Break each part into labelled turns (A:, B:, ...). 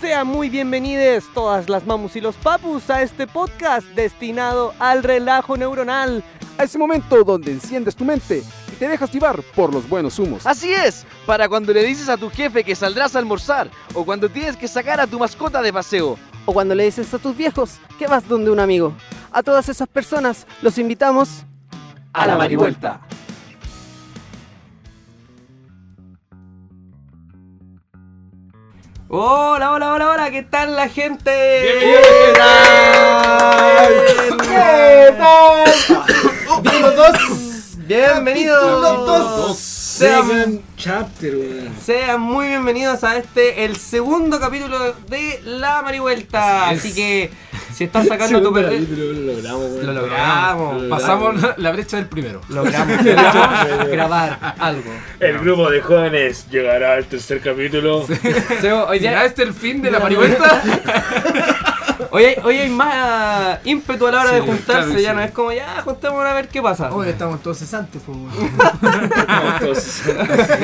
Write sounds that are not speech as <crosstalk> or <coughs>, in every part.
A: Sean muy bienvenidos todas las mamus y los papus a este podcast destinado al relajo neuronal.
B: A ese momento donde enciendes tu mente y te dejas tibar por los buenos humos.
C: Así es, para cuando le dices a tu jefe que saldrás a almorzar, o cuando tienes que sacar a tu mascota de paseo.
D: O cuando le dices a tus viejos que vas donde un amigo. A todas esas personas los invitamos
C: A la marivuelta.
E: Hola, hola, hola, hola, ¿qué tal la gente?
F: ¿Qué tal?
E: ¿Qué tal? <coughs>
F: Bienvenidos dos.
E: Bienvenidos.
F: Second chapter, weón.
E: Sean muy bienvenidos a este, el segundo capítulo de La Marivuelta.
F: Así es.
E: Así que, si estás sacando tu
F: Segundo
E: perrito.
F: capítulo, Lo logramos, weón.
E: Lo logramos.
F: Lo
G: Pasamos <laughs>
F: logramos.
G: la brecha del primero.
E: <laughs> Logramos, <laughs> logramos grabar algo.
F: El grupo de jóvenes llegará al tercer capítulo. <laughs>
E: Sebo, hoy,
G: ¿Será
E: día,
G: este el fin de la marihuana?
E: hoy, hay, hoy hay más ímpetu a la hora de juntarse.
G: claro,
E: ya
G: sí. Oh,
E: no es como, ya, juntémonos a ver qué pasa.
G: Hoy estamos todos cesantes, pues.
F: Entonces,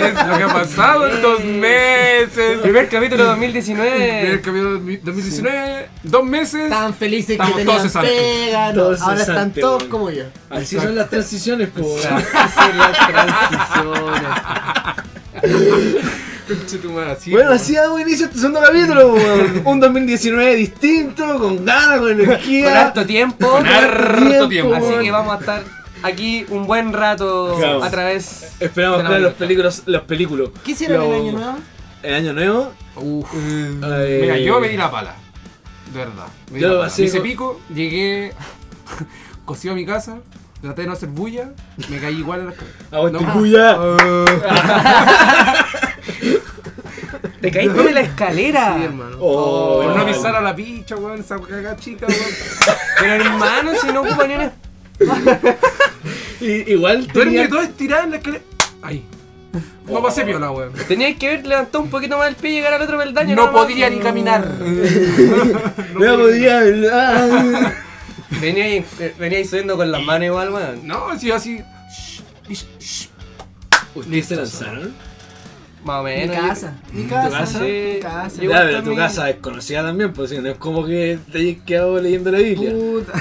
G: Es lo que ha pasado en dos meses.
E: Primer
G: <laughs>
E: capítulo
G: Primer
E: 2019.
G: capítulo de mi- 2019, dos meses.
H: Estaban felices
G: Estamos
H: que
G: todos
H: tenían
G: cesantes.
H: pega, no,
F: Todos
H: ahora están
F: cesantes,
H: todos
F: weón.
H: como yo.
F: así son las transiciones, po, weón.
G: Conchetumare, así,
F: Bueno,
G: po.
F: así damos inicio a este segundo capítulo, weón. Un 2019 distinto, con ganas, con energía.
E: Con harto tiempo.
G: Con harto tiempo.
E: Así
F: weón.
E: que vamos a estar aquí un buen rato
F: Claro.
E: a través.
F: Esperamos
E: Con
F: que
E: harto.
F: los películas, los películas.
H: ¿Qué hicieron
F: Lo-
H: el año nuevo?
F: El año nuevo,
G: Uf.
F: Ay.
G: Mira, yo me di la pala. De verdad. Me di
F: Yo
G: la
F: lo
G: pala.
F: pasé
G: Me hice
F: con-
G: pico, llegué <laughs> cocido a mi casa, traté de no hacer bulla, me caí igual en las cabezas.
F: aguante
G: No.
F: cuya. Ah.
E: Te caíste de la escalera.
G: Sí, hermano.
F: Oh,
G: Por no
F: weón.
G: pisar a la picha, weón, esa cagada chica,
F: <laughs>
G: weón.
E: Pero hermano, si no ocupan ni una-
F: I- Igual
G: Duerme
F: tenía...
G: todo estirado en la escalera. Ay. No pasé piola, weón.
E: Tenías que haber levantado un poquito más el pie y llegar al otro peldaño.
G: No
E: nada más.
G: podía ni caminar.
F: No podía hablar.
E: Venía ahí, eh, venía ahí subiendo con las manos igual, weón.
G: No, si yo así. shh, y shh, shh.
F: ¿Ustedes se lanzaron?
E: Más o
H: Mi
E: menos.
H: casa. Mi casa.
F: casa?
H: Mi casa.
E: Yo-
F: Ya, pero tu
E: también-
F: casa es conocida también, pues sí, no es como que te hayas quedado leyendo la Biblia.
C: <laughs>
H: Puta.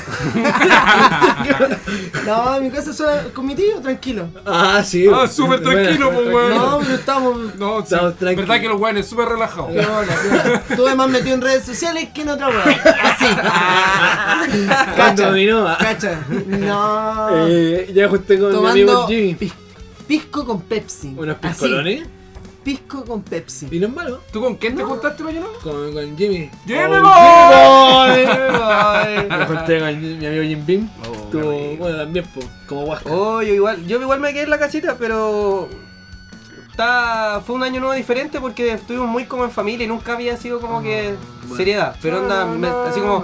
H: no, mi casa sola con mi tío, tranquilo.
F: Ah, sí.
G: Ah, súper
F: Buena,
G: tranquilo, pues, weón.
H: No, pero estamos.
G: No, sí,
F: Estamos tranquilos.
G: verdad que los weones súper relajados.
H: Piola, piola. Estuve más metido en redes sociales que en otra weá. Así.
F: Cuando dominó. ah,
H: Cacha. No.
F: Eh, ya junté con mi amigo
H: Tomando
F: Jimmy.
H: pis- pisco con Pepsi.
F: Unos
H: Así,
F: piscolones.
H: Pisco con Pepsi.
F: Y no es malo.
G: ¿Tú con quién te juntaste, mañana?
F: Con, con Jimmy.
G: ¡Jimmy
F: Oh, Jimmy boy. Oh, Me junté con mi mi amigo Jim Beam. Estuvo, bueno, también, pues, como guasco.
E: Oh, yo igual, yo igual me quedé en la casita, pero. Está, fue un año nuevo diferente porque estuvimos muy como en familia y nunca había sido como que
F: Ah,
E: seriedad. Pero onda, me- así como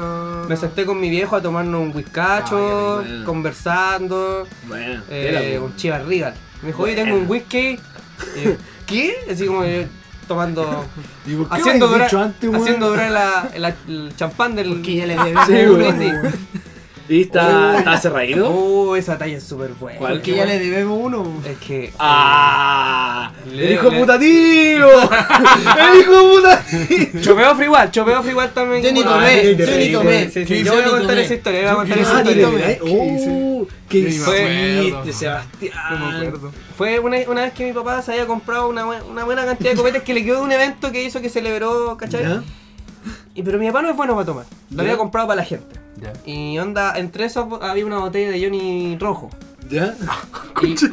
E: me senté con mi viejo a tomarnos un whiskacho,
F: Ah, ya, ya, ya.
E: conversando,
F: Bueno, era,
E: eh,
F: pues.
E: un chivas regal. Me dijo, oye, tengo un whisky. Y yo, ¿Qué? Así como yo tomando.
F: ¿Y por <laughs> qué me
E: haciendo
F: habías
E: durar,
F: dicho antes, weón?
E: haciendo Ah, durar la, la- el champán del. <laughs>
H: Que ya le
F: Sí,
H: debemos un
F: weón.
H: brindis.
F: ¿Y está, está cerradito?
E: Oh, esa talla es súper buena.
F: ¿Cuál?
H: Que ya le debemos uno.
E: Es que.
F: ¡Ah!
E: Le-
F: ¡El hijo
E: le-
F: putativo! ¡El hijo putativo!
E: Chopeo free igual, chopeo free igual también.
H: Yo ni
E: como-
F: Ah,
H: tomé,
F: ni te
H: yo ni
F: reí,
H: tomé.
E: Sí, sí,
H: Yo
E: yo voy a
H: ni
E: contar
H: tomé.
E: esa historia, voy a contar esa
F: ¡Ah, ni
E: historia.
F: te miráis! ¡Oh! ¿Qué
G: Yo ni me acuerdo.
F: hiciste, Sebastián?
G: No me acuerdo.
E: Fue una, una vez que mi papá se había comprado una, buen- una buena cantidad de copetes que le quedó de un evento que hizo que celebró, ¿cachai?
F: ¿Ya?
E: Y, pero mi papá no es bueno para tomar, lo había comprado para la gente.
G: Ya.
E: Y onda, entre esos bo- había una botella de Johnny rojo.
F: ¿Ya?
E: ¡Ah! ¡Se
F: Se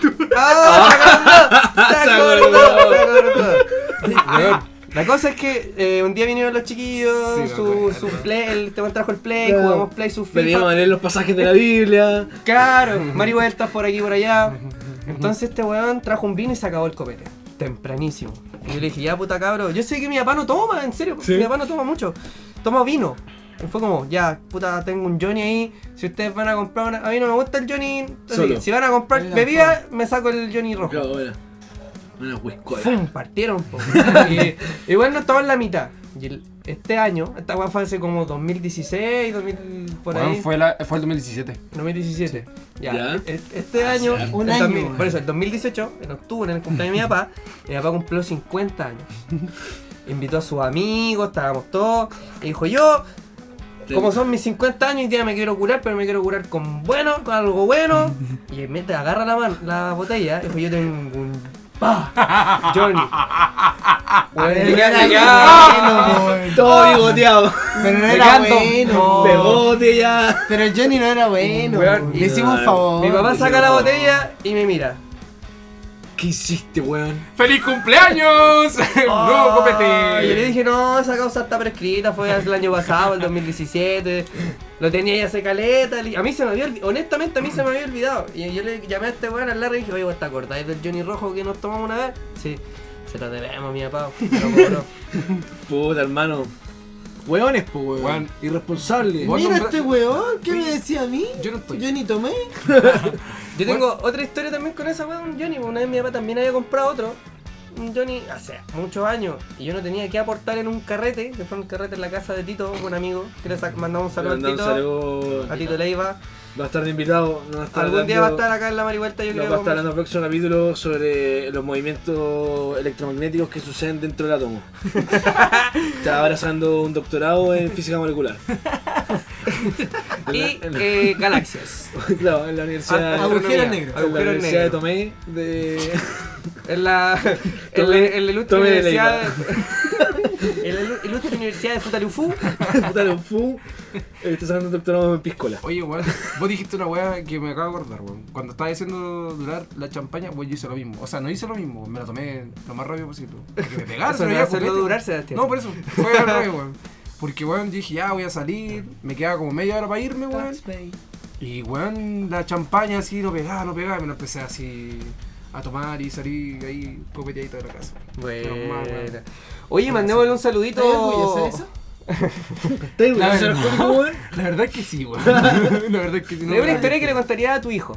E: acordó!
F: acordó.
E: ¡Se acordó! Weón, La cosa es que eh, un día vinieron los chiquillos,
G: Sí, me
E: su,
G: acuerdo.
E: su play, el, te trajo el play,
F: Claro.
E: jugamos play, su
F: Veníamos
E: FIFA.
F: a leer los pasajes de la Biblia.
E: Claro, Mari vueltas por aquí por allá. Entonces este weón trajo un vino y se acabó el copete. Tempranísimo. Y yo le dije, ya puta cabro, yo sé que mi papá no toma, en serio,
F: Sí.
E: mi papá no toma mucho. Toma vino. Y fue como, ya, puta, tengo un Johnny ahí. Si ustedes van a comprar una. A mí no me gusta el Johnny. así,
F: Solo.
E: Si van a comprar
H: Ahí la
E: bebida, me saco el Johnny rojo.
F: Claro, bueno. Una huescola.
E: ¡Fum! Partieron, po. <laughs> Y- Igual no estaba en la mitad. Y el- este año, esta weá fue hace como 2016, 2000, por
G: Weón,
E: ahí.
G: fue, la, fue el 2017.
E: 2017. Ya.
F: Ya.
E: E- Este año,
H: un
E: el
H: año,
E: 2000,
H: weón.
E: <laughs> por eso, el 2018, en octubre, en el cumpleaños de mi papá, mi papá cumplió 50 años. invitó a sus amigos, estábamos todos, y dijo yo, como son mis 50 años, hoy día me quiero curar, pero me quiero curar con bueno, con algo bueno, y mete, agarra la, man- la botella, dijo yo tengo un... ¡Pah! Johnny. Weón,
H: Pero
E: te
H: no
E: quedas
H: era
E: callado.
H: bueno, po.
F: Todo bigoteado.
H: Pero no
E: Me
H: era
E: canto. Oh.
H: bueno.
F: Pegote ya.
H: Pero el Johnny no era bueno.
E: Weón,
H: Le hicimos un favor.
E: Mi papá saca la botella y me mira.
F: ¿Qué hiciste, weón?
G: ¡Feliz cumpleaños! <laughs>
E: Y
G: Un nuevo
E: yo Oh. le
G: copete.
E: dije, no, esa causa está prescrita, fue el año pasado, el 2017. Lo tenía ya hace caleta. le- A mí se me había olvidado, honestamente a mí se me había olvidado. Y yo le llamé a este weón al Larry y dije, oye, ¿vos ¿te acordáis del Johnny Rojo que nos tomamos una vez? Sí, se lo debemos, mi papá. Se lo
F: <laughs>
E: cobró.
F: Puta, hermano. Weones, po, weón.
G: Weón.
F: Irresponsable.
G: Vos
H: Mira
G: nombra-
H: este weón, ¿qué me decía a mí?
G: Yo no estoy.
H: Yo ni tomé.
E: Yo tengo otra historia también con esa weón, Johnny. pues, Una vez mi papá también había comprado otro. un Johnny hace muchos años y yo no tenía que aportar en un carrete, que fue un carrete en la casa de Tito, un amigo, que le sa- mandamos un
F: Le
E: saludo a
F: mandamos
E: Tito,
F: un saludo.
E: a Tito Leiva.
F: Va a estar de invitado. no va a estar
E: Algún día va a
F: hablando-
E: estar acá en la marihuelta, yo
F: Nos
E: creo.
F: va a estar
E: con-
F: hablando en el próximo capítulo sobre los movimientos electromagnéticos que suceden dentro
E: <laughs>
F: del átomo. Está abrazando un doctorado en física
E: <laughs>
F: molecular.
E: Y eh, galaxias.
F: claro, en la Universidad,
E: Astronomía,
H: Agujeros negros.
F: en la
E: Agujeros
F: universidad de
E: negros.
F: Tomé. De... <laughs>
E: En la, en la,
F: Tomé-
E: en la ilustre
F: tomé de
E: universidad. De, en la ilu- ilustre universidad de Futalufú.
F: Puta, lo fu. eh, Está sacando un doctorado en piscola.
G: Oye, weón, <laughs> vos dijiste una weá que me acabo de acordar, weón. Cuando estaba haciendo durar la champaña, weón, yo hice lo mismo. O sea, no hice lo mismo, me la tomé lo más rápido posible. Porque
E: <laughs>
G: me pegaron,
E: Eso
G: pero
E: no
G: ya
E: va a hacerlo
G: copete.
E: durar, Sebastián.
G: No, por eso, fue
E: <laughs>
G: al revés, weón. Porque, weón, dije, ya voy a salir, me quedaba como media hora para irme, weón. Y, weón, la champaña así, no pegaba, no pegaba, y me lo empecé así a tomar y salí ahí copeteadito de la casa. Menos mal,
E: Bueno.
G: weón.
E: Oye, mandémosle un
H: ¿Estás orgulloso de
E: saludito.
H: eso?
F: ¿Está ahí, weón? ¿Se los cuento, weón?
G: <laughs> La verdad es que
E: <laughs>
G: sí, weón. <laughs> la verdad es que
E: Es
G: sí.
E: una
G: la-
E: historia que le contaría a tu hijo.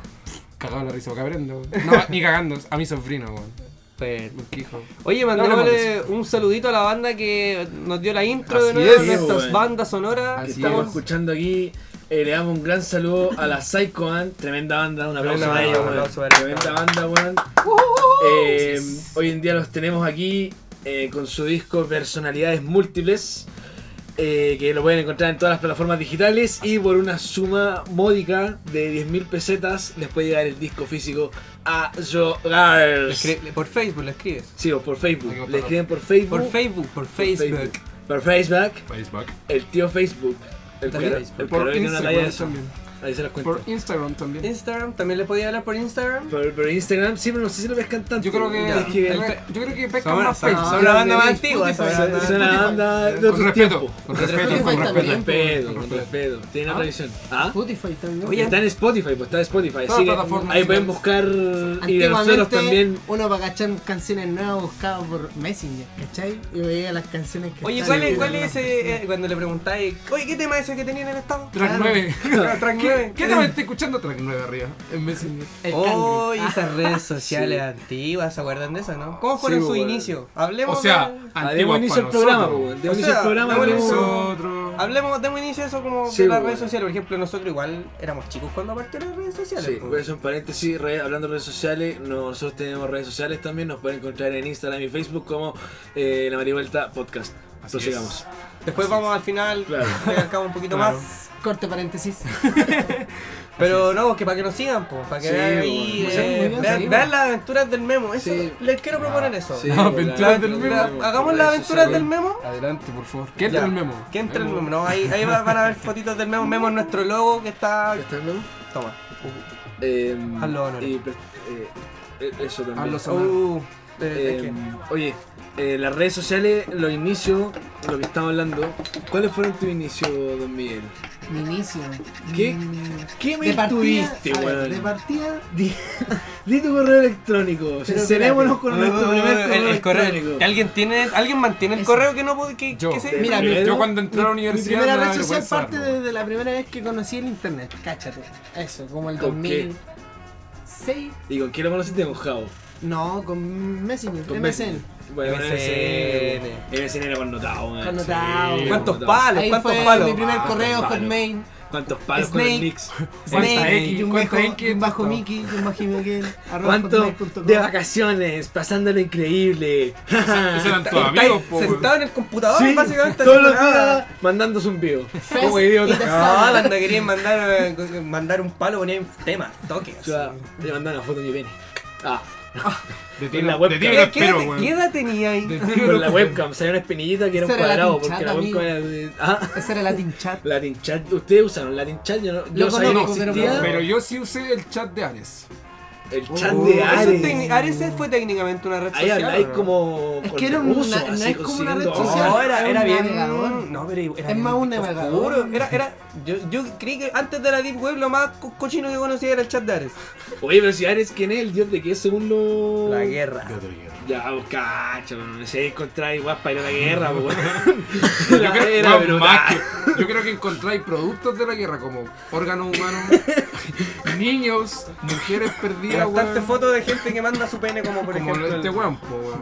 G: Cagado la risa, porque aprendo. No, ni cagando, a mi sobrino, weón. Porque, hijo.
E: Oye,
G: No hablemos
E: mandémosle
G: de
E: un saludito a la banda que nos dio la intro de
G: Así
E: nuevo,
G: es,
E: nuestras
F: bueno.
E: bandas sonoras.
G: Así
F: Estamos
G: es.
F: escuchando aquí. eh, le damos un gran saludo a la Psycho Band, tremenda banda, un aplauso
E: Tremenda banda,
F: para ellos,
E: un
F: weón.
E: aplauso para ellos.
F: Tremenda banda, weón. Eh, hoy en día los tenemos aquí eh, con su disco Personalidades Múltiples, eh, que lo pueden encontrar en todas las plataformas digitales y por una suma módica de 10.000 pesetas les puede llegar el disco físico a
E: Le
F: Jogar.
E: escri- le- por Facebook, lo escribes.
F: Sí, o por
G: Ahí
F: Facebook.
G: va,
F: Le
G: perdón.
F: escriben Uh. por Facebook.
E: Por Facebook, por Facebook.
F: Por Facebook.
G: Facebook.
F: El tío Facebook. El
E: También
F: caro-
E: Facebook.
F: el
G: Por
F: caro tiene una talla de
G: Instagram
F: eso.
G: también.
F: Ahí se las cuento.
G: Por Instagram también.
E: Instagram, también le podía hablar por Instagram.
F: Por, por Instagram, sí, pero no sé si lo pescan tanto.
G: Yo creo que,
F: Es que-
G: yo creo que pesca
E: Son
G: más Facebook.
E: son la banda más antigua. son la
F: Son-
E: banda más
F: son una
H: Ah, Spotify.
F: banda de
G: Con
F: otro
G: respeto,
F: tiempo.
G: con respeto,
H: Spotify
G: con
H: también.
G: respeto.
F: Respeto,
G: Con
F: con
G: respeto.
F: respeto. Tiene otra visión. ¿Ah?
H: Spotify también.
E: Oye,
F: Está en Spotify, pues está en Spotify.
G: Todas
F: Así que
G: plataformas
F: ahí pueden
G: digitales.
F: buscar. Y a nosotros
H: Antiguamente
F: también.
H: este uno para cachar canciones nuevas buscaba por Messenger, ¿cachai? Y veía las canciones que
E: Oye,
H: estaban
E: ¿cuál es,
H: en
E: cuál es
H: las
E: ese,
H: personas.
E: eh, cuando le preguntáis, oye, ¿qué tema es ese que tenían en el estado?
G: Track
E: <laughs>
G: 9.
E: Track nueve.
G: ¿Qué tema estoy escuchando? Track 9 arriba. En Messenger.
H: El
E: Oh, y
H: Cangre.
E: esas
F: <laughs>
E: redes sociales antiguas, ¿se acuerdan de eso, no? ¿Cómo fueron
F: Sí, pues,
E: su
F: bueno.
E: inicio? Hablemos
G: O sea,
E: de...
F: Demos
G: antiguas
F: Ah, inicio
G: para
F: al programa,
G: nosotros.
F: pues. weón. Demos
E: O
F: inicio
E: sea,
F: al programa.
E: demos
F: hablemos-
E: inicio.
G: Nosotros.
E: Hablemos, demos inicio a eso como
F: Sí, pues,
E: de las
F: bueno.
E: redes sociales. Por ejemplo, nosotros igual éramos chicos cuando aparecieron las redes sociales. pues.
F: Sí, pues,
E: po.
H: pues.
F: voy a hacer un paréntesis, re- hablando de redes sociales, nosotros tenemos redes sociales también, nos pueden encontrar en Instagram y Facebook como eh, La Marivuelta Podcast.
G: Así
F: Prosigamos.
E: Después vamos <laughs> al final,
F: Claro.
E: recalcamos un poquito
G: Claro.
E: más.
H: Corte paréntesis.
E: Pero no, que para que nos sigan, pues, para que
F: Sí,
E: vean ahí,
F: bueno.
E: eh,
H: Sí, muy
E: vean,
H: bien, sí,
E: vean
H: bueno.
E: las aventuras del memo. Eso,
F: Sí. Ah,
E: Les quiero proponer eso.
F: Sí, pues,
G: Las
H: pues,
F: la-
G: aventuras
F: la-
G: del
F: la-
G: memo.
F: la-
E: Hagamos
F: redes
E: las aventuras
F: sociales.
E: del memo.
G: Adelante, por favor. ¿Qué entra
E: Ya.
G: el memo?
E: Que entre el memo, no, ahí, ahí va- van a ver fotitos del memo, memo es nuestro logo que está...
F: ¿Está el memo?
E: Toma.
F: Eh,
E: Hazlo, Honor.
F: y pre- eh, eh, eso también.
G: Hazlo, Honor.
E: Uh,
F: Eh,
E: eh,
F: oye, eh, las redes sociales, los inicios, lo que estamos hablando, ¿cuáles fueron tus inicios, don Miguel?
H: Mi inicio.
F: ¿Qué?
H: Mm,
F: ¿Qué me
H: De partida,
F: tuviste,
H: a ver, de
F: weón?
H: partida,
F: Di, <laughs> di tu correo electrónico, sincerémonos con nuestro primer correo electrónico.
E: ¿Alguien, tiene, ¿Alguien mantiene el
H: Eso.
E: correo que no puede- que,
G: Yo.
E: que se-
H: Mira, mi-
G: Yo cuando entré a la
H: mi
G: universidad.
H: primera
G: me
H: red
G: daba
H: social
G: vergüenza,
H: parte
G: weón.
H: de, de la primera vez que conocí el internet. Cáchate. Eso, como el
F: ¿Con qué?
H: 2006.
F: ¿Y con quién lo conociste? Con Jao.
H: No, con Messenger,
F: este Con
H: MSN.
F: Messenger. Bueno,
E: MSN.
F: MSN era connotado, weón.
H: Connotado.
F: Sí,
E: ¿Cuántos
F: connotado.
E: palos?
H: Ahí
E: ¿Cuántos
H: fue
E: palos?
H: mi primer
F: Ah,
H: correo
F: con
H: con
F: palo.
H: mail.
F: ¿Cuántos palos
H: Snake.
F: con el Knicks?
G: ¿Cuánta
H: Snake,
G: X?
H: y un
G: ¿Cuánta
H: bajo,
G: X?
H: y un bajo
G: No.
H: Mickey, y un bajo Miguel, arroba
F: ¿Cuánto
H: hotmail.com.
F: de vacaciones? Pasándolo increíble.
G: Esos eran tus
E: Está
G: amigos, po, weón.
E: sentado en el computador,
F: Sí,
E: básicamente.
F: todos
E: haciendo
F: los
E: nada.
F: días mandándose un vivo.
H: Fest
F: Como
H: in the
F: idiota.
E: No,
H: sun.
E: cuando querían mandar, eh, mandar un palo, ponían un tema, toque.
F: O
E: así.
F: sea, Le mandaron una foto de mi pene. Ah,
G: De ti
F: En la
G: no-
F: webcam.
G: de ti no
E: ¿Qué, qué,
G: espero,
E: edad-
G: weón.
E: qué edad tenía ahí?
G: De ti no
F: <laughs> con la
G: lo-
F: webcam salió una espinillita que era un
H: Esa era la
F: cuadrado.
H: Latin
F: Porque
H: Chat,
F: la webcam era de- Ah,
H: Ese era Latin Chat.
F: Latin Chat. ¿Ustedes usaron Latin Chat? Yo no, yo
H: Lo
F: no sabía que
H: conozco, pero-
F: existía.
G: Pero yo sí usé el chat de Ares.
F: El chat
E: Uh,
F: de
E: eso
F: Ares.
E: tecni- Ares fue técnicamente una red
F: Ahí
E: social.
F: habláis
E: ¿o no?
F: como.
H: Es
F: con
H: que era un-
F: ruso,
H: una- no
F: así,
H: es como una red
F: consiguiendo-
H: social.
E: No, era,
H: Era un
E: era bien.
H: navegador.
E: No, pero era
H: Es más
E: bien
H: un navegador.
E: oscuro. Era, era, yo, yo creí que antes de la Deep Web lo más co- cochino que conocía era el chat de Ares.
F: Oye, pero si Ares, ¿quién es el dios de qué según lo.
E: La guerra.
F: Ya, oh, vos cacho, no sé encontrar igual para ir a la guerra, pues.
G: Yo creo,
F: era
G: no,
F: brutal.
G: más que- yo creo que encontráis productos de la guerra como órganos humanos, niños, mujeres perdidas,
E: Bastante
G: weón.
E: fotos de gente que manda su pene, como por
G: Como
E: ejemplo.
G: este
E: el-
G: weón, po, weón.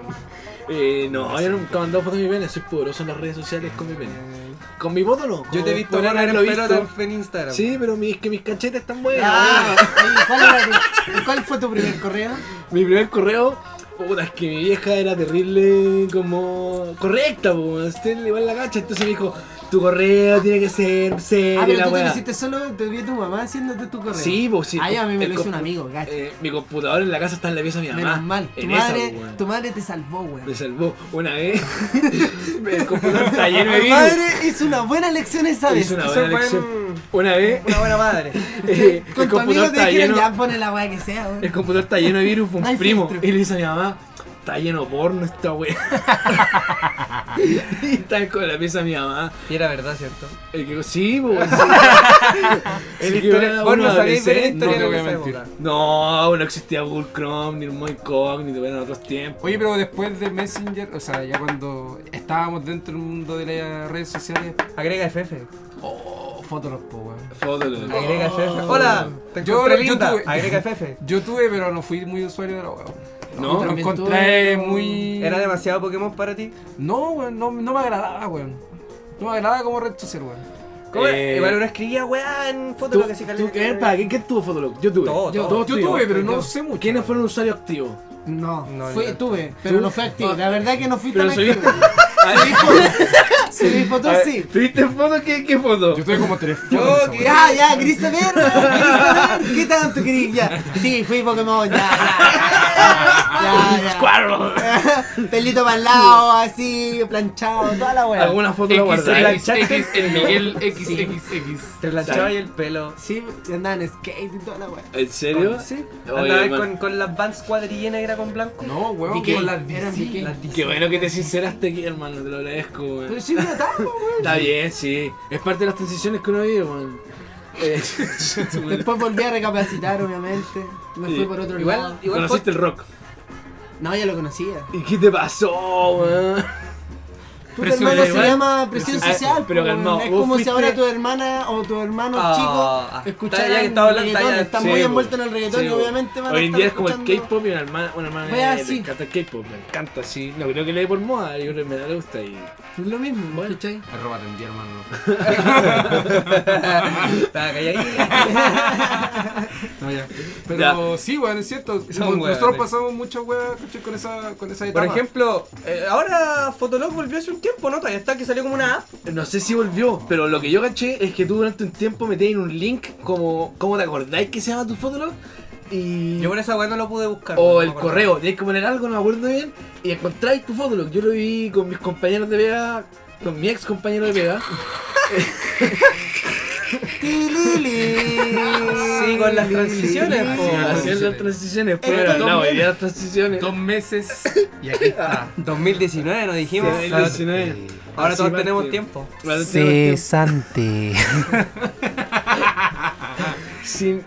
F: Eh, no, yo nunca he mandado fotos de mi pene, soy poderoso en las redes sociales con mi pene. Con mi voto no.
E: Yo te he
F: con-
E: visto
F: con
E: poner
F: haberlo
E: en pelota
F: visto.
E: en- en Instagram.
F: Sí, pero mi- es que mis canchetes están buenas.
H: Ah, oye, ¿cuál, era tu- cuál fue tu primer correo?
F: weón. Mi primer correo, puta, es que mi vieja era terrible como correcta, pues. Usted le va en la cacha, entonces me dijo, tu correo tiene que ser serio,
H: Ah,
F: Eh, la
H: pero tú te lo
F: weá".
H: hiciste solo, te vi a tu mamá haciéndote tu correo.
F: Sí, pues sí.
H: Ay, a mí me
F: El
H: lo hizo
F: compu-
H: un amigo, gacho.
F: eh, mi computador en la casa está en la pieza de mi mamá.
H: Menos mal. Tu
F: En esa,
H: madre,
F: weón. Pues,
H: tu madre te salvó,
F: Me
H: weón.
F: salvó
H: <laughs>
F: una vez. el computador está lleno de
H: Tu
F: virus.
H: madre hizo una buena lección esa vez.
F: Hizo una
E: Eso
F: buena
E: fue en-
F: elección. Una vez.
E: Una buena madre.
F: eh,
H: Con
F: <laughs> el,
H: tu amigo
F: computador
H: te
F: está
H: dijeron,
F: lleno,
H: ya pone la weá que sea, weón.
F: el computador está lleno de virus. fue
H: No
F: Un
H: hay
F: primo.
H: filtro.
F: Y le dice a mi mamá: Está lleno de porno esta wea. <laughs> y está con la pieza de mi mamá.
E: Y era verdad, ¿cierto?
F: El que sí, pues. el que era
E: Vos
F: uno
E: no sabéis ver
F: adolescente.
E: historia
G: no te
E: en
G: voy a
E: esa
G: mentir.
E: época.
F: No, no existía Google Chrome, ni el modo incógnito, eran otros tiempos.
G: Oye, pero después de Messenger, o sea, ya cuando estábamos dentro del mundo de las redes sociales,
E: Agrega FF.
G: oh, fotos, po, weón.
F: Fótolo.
E: Agrega FF. Hola, te
G: Yo-
E: encontré
G: yo
E: linda.
G: tuve-
E: Agrega FF.
G: <laughs> Yo tuve, pero no fui muy usuario de la weón.
F: No,
G: lo
H: también
G: encontré
H: tuve-
G: muy.
E: ¿Era demasiado Pokémon para ti?
G: No, weón, no, no me agradaba, weón. No me agradaba como red social, weón.
E: ¿Cómo era?
F: Eh,
E: Igual uno escribía weá en
F: ¿Tú,
E: Fotolog así
F: tú,
E: caliente.
F: eh, para, ¿quién, quién tuvo Fotolog? Yo tuve.
E: Todo,
F: Yo-
E: todo.
F: todos
G: Yo
F: tuvimos.
G: tuve, pero no
E: yo-
G: usé mucho.
F: ¿Quiénes fueron usuarios activos?
H: No,
E: No,
H: fui,
E: no.
H: tuve, pero
F: ¿Tú?
H: no fue activo. La verdad que no fui
F: Pero
H: tan
F: subiste. Ah,
H: activo.
F: <laughs>
H: Subí fotos, sí.
F: ¿Tuviste foto? ¿Qué, qué foto?
G: Yo tuve como tres
E: Yo
G: fotos.
E: que-
H: Ya, ah, ya, gris de mierda, gris de mierda, ¿qué tanto querís? Ya, sí, fui Pokémon, ya, ya, ya, ya,
F: Squirrel.
H: ya. <laughs> pelito para el lado, así, planchado, toda la wea.
F: Alguna foto la guardé.
G: X, X, el Miguel XXX.
E: Te planchaba y el pelo.
H: Sí, y andaban en skate y toda la wea.
F: ¿En serio?
H: Sí,
F: Oye,
E: Andaba
F: man,
E: con, con las Vans cuadrilla negra con blanco.
G: No, weón,
H: VK,
G: con las
H: eran
G: DC.
H: VK.
E: Las
F: Qué
E: Disney.
F: bueno que te sinceraste aquí, hermano. Te lo agradezco, weón.
H: pero sí me ataco, weón.
F: Está bien, sí. Es parte de las transiciones que uno vive, weón.
H: <laughs>
F: Eh,
H: Después volví a recapacitar, obviamente, me
F: Sí.
H: fui por otro lado.
E: Igual, igual fue-
F: Conociste el rock.
H: No, ya lo conocía.
F: ¿Y qué te pasó, weón?
H: Tu
G: Presión
H: hermano se
F: igual.
H: llama presión
F: Ah,
H: social,
F: pero
H: po,
F: calmado,
H: es
F: vos
H: como si
F: fuiste-
H: ahora tu hermana o tu hermano
E: Ah,
H: chico
E: ya
H: escucharan
E: que estaba hablando,
H: reggaetón,
E: ya-
H: están
E: sí,
H: muy
E: po.
H: envueltos en el reggaetón
F: Sí,
H: y
F: weón.
H: obviamente van a
F: Hoy en
H: estar
F: día es como el
H: escuchando-
F: K-pop y una hermana, una hermana
H: Wea,
F: le
H: sí.
F: encanta el K-pop, le encanta así. No creo que le dé por moda, yo creo que me da le gusta y.
H: Es lo mismo, ¿cachai?
G: Arroba te envía, hermano.
E: <laughs> Estaba calladito.
F: <laughs>
G: No, ya. Pero sí, weón, es cierto.
E: Son
G: Nosotros
E: weones.
G: pasamos muchas weas, ¿cachai? Con esa, con esa
E: Por
G: etapa.
E: ejemplo, eh, ahora Fotolog volvió hace un tiempo, ¿no? Todavía está que salió como una app.
F: No sé si volvió, pero lo que yo caché es que tú durante un tiempo metías en un link como ¿Cómo te acordáis que se llama tu fotolog? Y...
E: Yo por esa weá no lo pude buscar. no
F: o
E: me
F: el
E: acuerdo.
F: correo, tienes que poner algo, no me acuerdo bien, y encontráis tu fotolog. Yo lo vi con mis compañeros de pega, con mi ex compañero de pega.
E: Sí, con las transiciones. po.
F: Haciendo las transiciones, pues,
E: Esto es
F: no,
E: 2000.
F: veía las transiciones.
G: Dos meses y aquí está.
E: 2019 nos dijimos.
F: Sí,
E: Ahora-
F: 19.
E: Ahora
F: Así
E: todos
F: parte.
E: tenemos tiempo.
F: Ahora tenemos tiempo.
H: Santi.
F: Sin-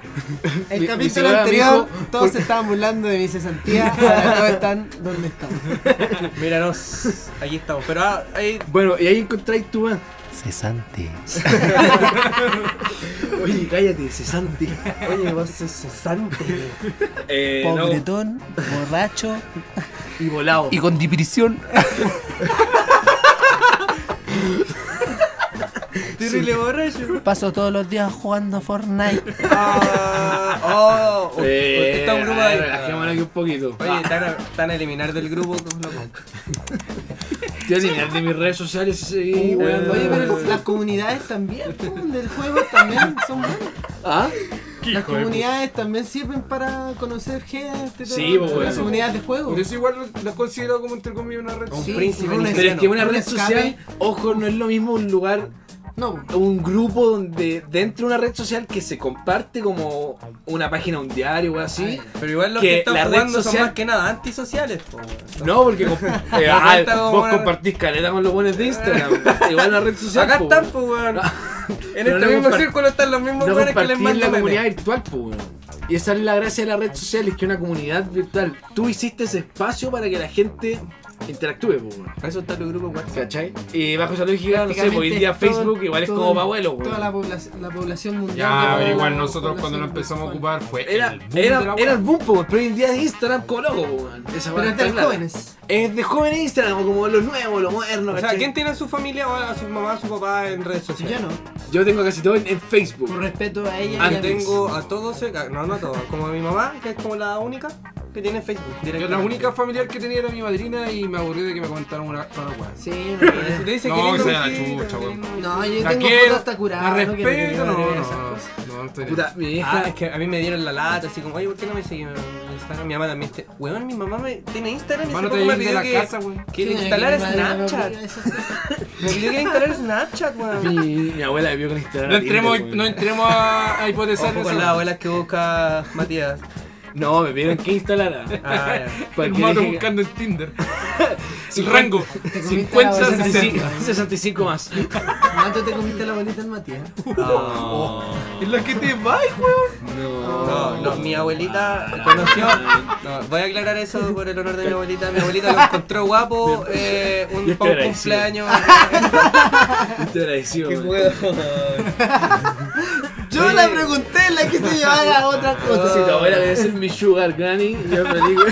H: El
F: Mi- mi
H: capítulo
F: señora me
H: anterior
F: dijo,
H: todos se estaban burlando de mi cesantía, <laughs> ahora todos están donde están.
E: Míranos. Aquí estamos. Pero ah, ahí
F: Bueno, y ahí encontráis tu man. Cesante. Oye, cállate, cesante.
E: Oye, vos sos cesante.
F: Eh, no,
H: Pobretón, borracho.
F: y volado.
B: Y con diprisión.
E: Terrible borracho.
H: Paso todos los días jugando Fortnite.
E: Ah, oh, oh,
F: Eh,
E: está un grupo ahí.
F: relajémonos aquí un poquito.
E: Oye, están a, están a eliminar del grupo. loco.
F: Te voy a eliminar de mis redes sociales y seguí
E: Uh,
F: weando.
H: Oye, pero las comunidades también, po, del juego también son buenas.
F: ¿Ah?
H: Las comunidades también sirven para conocer gente. todo.
F: Sí, po,
H: Las
F: weón.
H: comunidades de juego.
G: Por eso igual lo, lo considero como entre comillas una red.
E: Un
H: Sí,
E: príncipe
H: una-
F: Pero es que una
H: Un
F: red
H: escape.
F: social, ojo, no es lo mismo un lugar,
H: No, po.
F: un grupo donde dentro de una red social que se comparte como una página, un diario o así.
E: Pero igual los
F: Que
E: que están
F: la red
E: jugando son
F: social-
E: más que nada antisociales. po, weón.
F: No, porque comp-
E: <laughs>
F: eh,
E: La
F: ah,
E: cuenta como
F: vos
E: una-
F: compartís caleta con los buenos
E: <laughs>
F: de Instagram. Igual la red social.
E: Acá
F: po,
E: están,
F: weón.
E: pues, weón. En
F: Pero
E: este
F: no
E: mismo
F: compart-
E: círculo están los mismos
F: No
E: weones que les
F: compartís la
E: mandan
F: comunidad
E: memes.
F: virtual, po, weón. Y esa es la gracia de la red social, es que una comunidad virtual. Tú hiciste ese espacio para que la gente interactúe, po, weón.
E: Para eso están los grupos WhatsApp.
F: ¿Cachai? Y bajo esa lógica, no sé, pues,
H: prácticamente
F: hoy en día
H: es todo-
F: Facebook igual es
H: todo-
F: como para abuelos,
H: Toda
F: weón.
H: la, poblac- la población mundial.
G: Ya,
H: de-
G: pero igual
H: la
G: nosotros cuando lo
H: población
G: empezamos a
H: virtual.
G: ocupar fue.
F: Era,
G: el boom de
F: era,
G: la
F: era
G: wea.
F: el boom, po, pero hoy en día es Instagram como loco, po, weón. Esa
H: Pero es
F: weá
H: de
F: está
H: los
F: clara.
H: jóvenes.
F: Es de jóvenes Instagram, como lo nuevo, lo moderno,
E: O sea,
F: ¿cachai?
E: ¿quién tiene a su familia o a su mamá, a su papá en redes sociales?
H: Yo no.
F: Yo tengo casi todo en, en
H: Por
F: Facebook.
H: respeto a ella. y a
E: Ah,
H: mis-
E: tengo a todos, eh, no, no a todos, como a mi mamá, que es como la única que tiene Facebook.
G: Yo
E: directamente.
G: la única familiar que tenía era mi madrina y me aburrí de que me comentaron una toda la wea.
H: Sí,
E: Te
H: no.
F: <laughs>
E: Dice
G: No,
E: que lindo
G: que sea la
E: vestido,
G: chucha,
E: que
G: weón.
E: lindo-
H: No, yo
G: La
H: tengo
G: quiero,
H: fotos hasta curadas.
G: La
H: no quiero que me
G: respeto, no,
H: violen
G: no,
H: esas
G: no,
H: cosas.
G: no, no estoy
F: Puta, mi
E: Ah,
F: vieja.
E: es que a mí me dieron la lata, así como, oye, ¿por qué no me seguí en Instagram? Mi mamá también te... Weón, mi mamá me... tiene Instagram y hace
G: Mano, te
E: poco me
G: ir de
E: pidió
G: la
E: que...
G: casa, weón.
E: que
H: Sí,
E: instalara
H: mi madre me va a
E: Snapchat.
H: obligar a esas-
E: Me pidió que instalara Snapchat,
G: <laughs>
E: weón.
F: Mi, mi abuela vio con Instagram.
G: No entremos,
F: Tinder,
G: no
F: weón.
G: entremos a, a hipotezar
E: Ojo
G: eso.
E: con las abuelas que busca Matías.
F: No, me pidieron que instalara.
E: <laughs> Ah, ya.
G: El
F: Porque
G: mato
F: dije-
G: buscando en Tinder. El rango.
H: <laughs> Te comiste la
F: 50,
H: bolita
F: 65,
H: del
F: 65 más.
H: Matías. Mato, te comiste la bolita del Matías.
G: Es la que te va, weón.
E: Ah. No, no, mi abuelita conoció. No, voy a aclarar eso por el honor de mi abuelita. Mi abuelita lo encontró
G: <laughs>
E: guapo eh,
F: Yo
E: un,
F: estoy
E: pa' un
F: agradecido.
E: cumpleaños.
F: Te agradecido. weón.
H: Yo la pregunté, la quise llevar a otra
F: No sé
H: cosa.
F: si tu abuela debe ser mi sugar granny, yo me digo.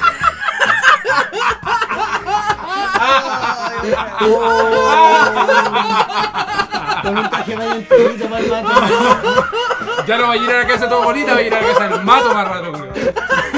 H: Con un traje vaya el pelito para el Mato.
G: Ya no va a ir a la casa todo bonita, va a ir a la casa del mato más rato, weón.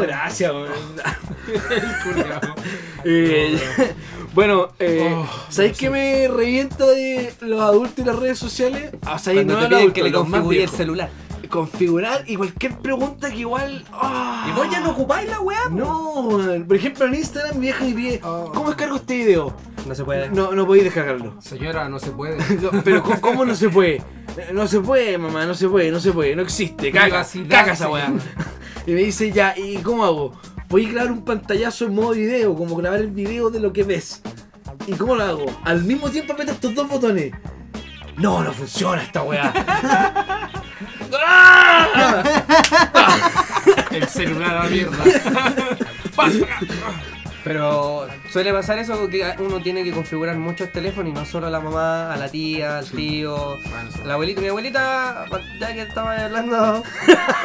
F: Gracias, weón.
G: Culeado.
F: Eh, <laughs> bueno, eh,
G: Oh,
F: ¿sabéis qué me revienta de los adultos y las redes sociales? O sea,
E: Ah, Cuando te
F: no los
E: piden
F: adultos,
E: que le
F: los más
E: configure el
F: viejos.
E: celular.
F: Configurar y cualquier pregunta que igual. ah.
E: Y vos ya no ocupáis la weá, po. Oh.
F: No, weón. por ejemplo en Instagram mi vieja me pide, ¿cómo descargo este video?
E: No se puede.
F: No, no podéis descargarlo.
G: Señora, no se puede.
F: No, Pero ¿cómo- ¿cómo no se puede? No se puede, mamá, no se puede, no se puede, no existe. Caca,
G: Privacidad,
F: caca esa weá.
G: señora.
F: <laughs> Y me dice, ya, ¿y cómo hago? Voy a grabar un pantallazo en modo video, como grabar el video de lo que ves. ¿Y cómo lo hago? Al mismo tiempo apretas estos dos botones. No, no funciona
G: <laughs>
F: esta weá. ¡Ah!
G: El celular a
E: <laughs>
G: la mierda.
E: Pero suele pasar eso que uno tiene que configurar muchos teléfonos y no solo a la mamá, a la tía, al tío, a la abuelita. Mi abuelita, ya que estaba
H: <laughs>
E: hablando,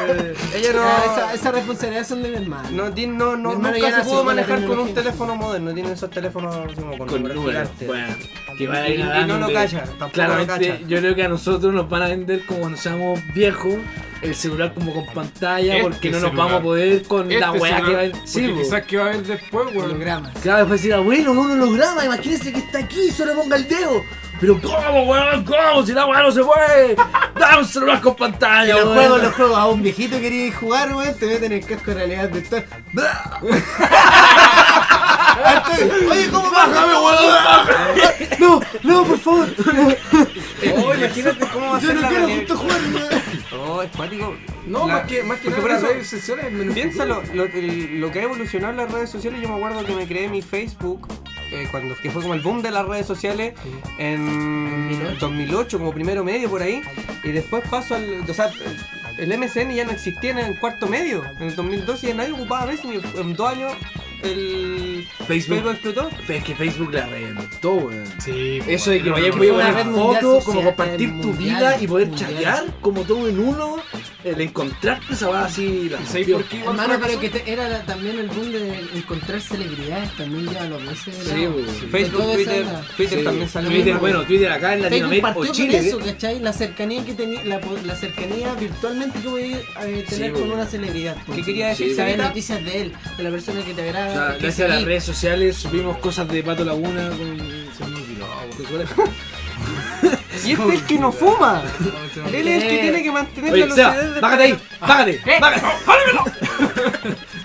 E: eh, ella no,
H: Ah, esa, esa responsabilidad son de mi hermano.
E: no, tiene- no, no-
H: Mi hermano ya
E: nunca se
H: nació
E: pudo
H: con la
E: manejar con un
H: tecnología.
E: teléfono moderno. Tiene esos teléfonos así como con,
F: Con
E: números
F: números,
E: gigantes.
F: bueno. Que van a
E: Y-
F: ir
E: y no
F: nadando.
E: lo calla, tampoco
F: Claramente,
E: lo calla.
F: yo creo que a nosotros nos van a vender como cuando seamos viejos el celular como con pantalla
G: Este
F: porque no nos
G: celular.
F: vamos a poder con <laughs> la
G: Este
F: weá que va a
G: celular,
F: haber. Sí,
G: porque
F: po.
G: quizás que va a haber después, weón.
H: Hologramas.
F: Claro, después decir, abuelo, uno lo graba, imagínense que está aquí, solo ponga el dedo. Pero ¿cómo, weón? ¿Cómo? Si la weá no se puede. Dame un celular con
H: Y
F: pantalla,
H: los
F: weón.
H: juegos, los juegos, a un viejito quería ir jugar, weón, te meten el casco de realidad virtual. Entonces, Oye, ¿cómo baja? No, no, por favor.
E: Oh, imagínate cómo va a
H: Yo
E: ser
H: no
E: la
H: quiero
E: realidad.
H: justo jugar, weón.
E: Oh, es cuático.
G: No,
E: La-
G: más que, más que
E: porque
G: nada,
E: por
G: las
E: eso-
G: redes sociales, menos-
E: Piénsalo, lo, el- lo que ha evolucionado en las redes sociales, yo me acuerdo que me creé mi Facebook eh, cuando que fue como el boom de las redes sociales en 2008. como primero medio por ahí, y después paso al. O sea, el MSN ya no existía en el cuarto medio, en el 2012 ya nadie ocupaba Messenger, en dos años el
F: Facebook.
E: explotó.
F: Es que Facebook la reventó, weón.
G: Sí,
F: Eso de que vayas a
H: fue una
F: poner
H: red mundial
F: fotos, como
H: social,
F: compartir tu
H: mundial,
F: vida y poder
H: mundial.
F: chatear como todo en uno, el encontrarte esa va así, la
G: ¿Sabes por qué? igual
H: Hermano, pero
G: fracasó?
H: que te- era la- también el boom de encontrar celebridades también ya los meses.
F: Sí, weón.
E: Facebook,
H: Todo
E: Twitter,
H: esa-
E: Twitter
F: Sí.
E: también salió.
F: Twitter, bueno, Twitter acá en
H: Facebook
F: Latinoamérica
H: partió
F: o
H: con
F: Chile.
H: eso, ¿cachai? La cercanía que tenía, la, po- la cercanía virtualmente que podía eh, tener
F: weón.
H: con una celebridad. po.
E: ¿Qué quería
F: Sí,
E: decir?
F: weón.
H: Saber
E: Sabina?
H: noticias de él, de la persona que te agrada.
F: O sea,
H: que
F: gracias a las
H: seguís.
F: redes sociales subimos cosas de Pato Laguna con. Se me olvidó, weón.
E: Y este es el que no
F: <laughs>
E: fuma.
G: No,
E: Él es el que tiene que <laughs> mantener
F: Eh. Oye,
E: la
F: Seba,
E: lucidez de-
F: bájate ahí, bájate, bájate.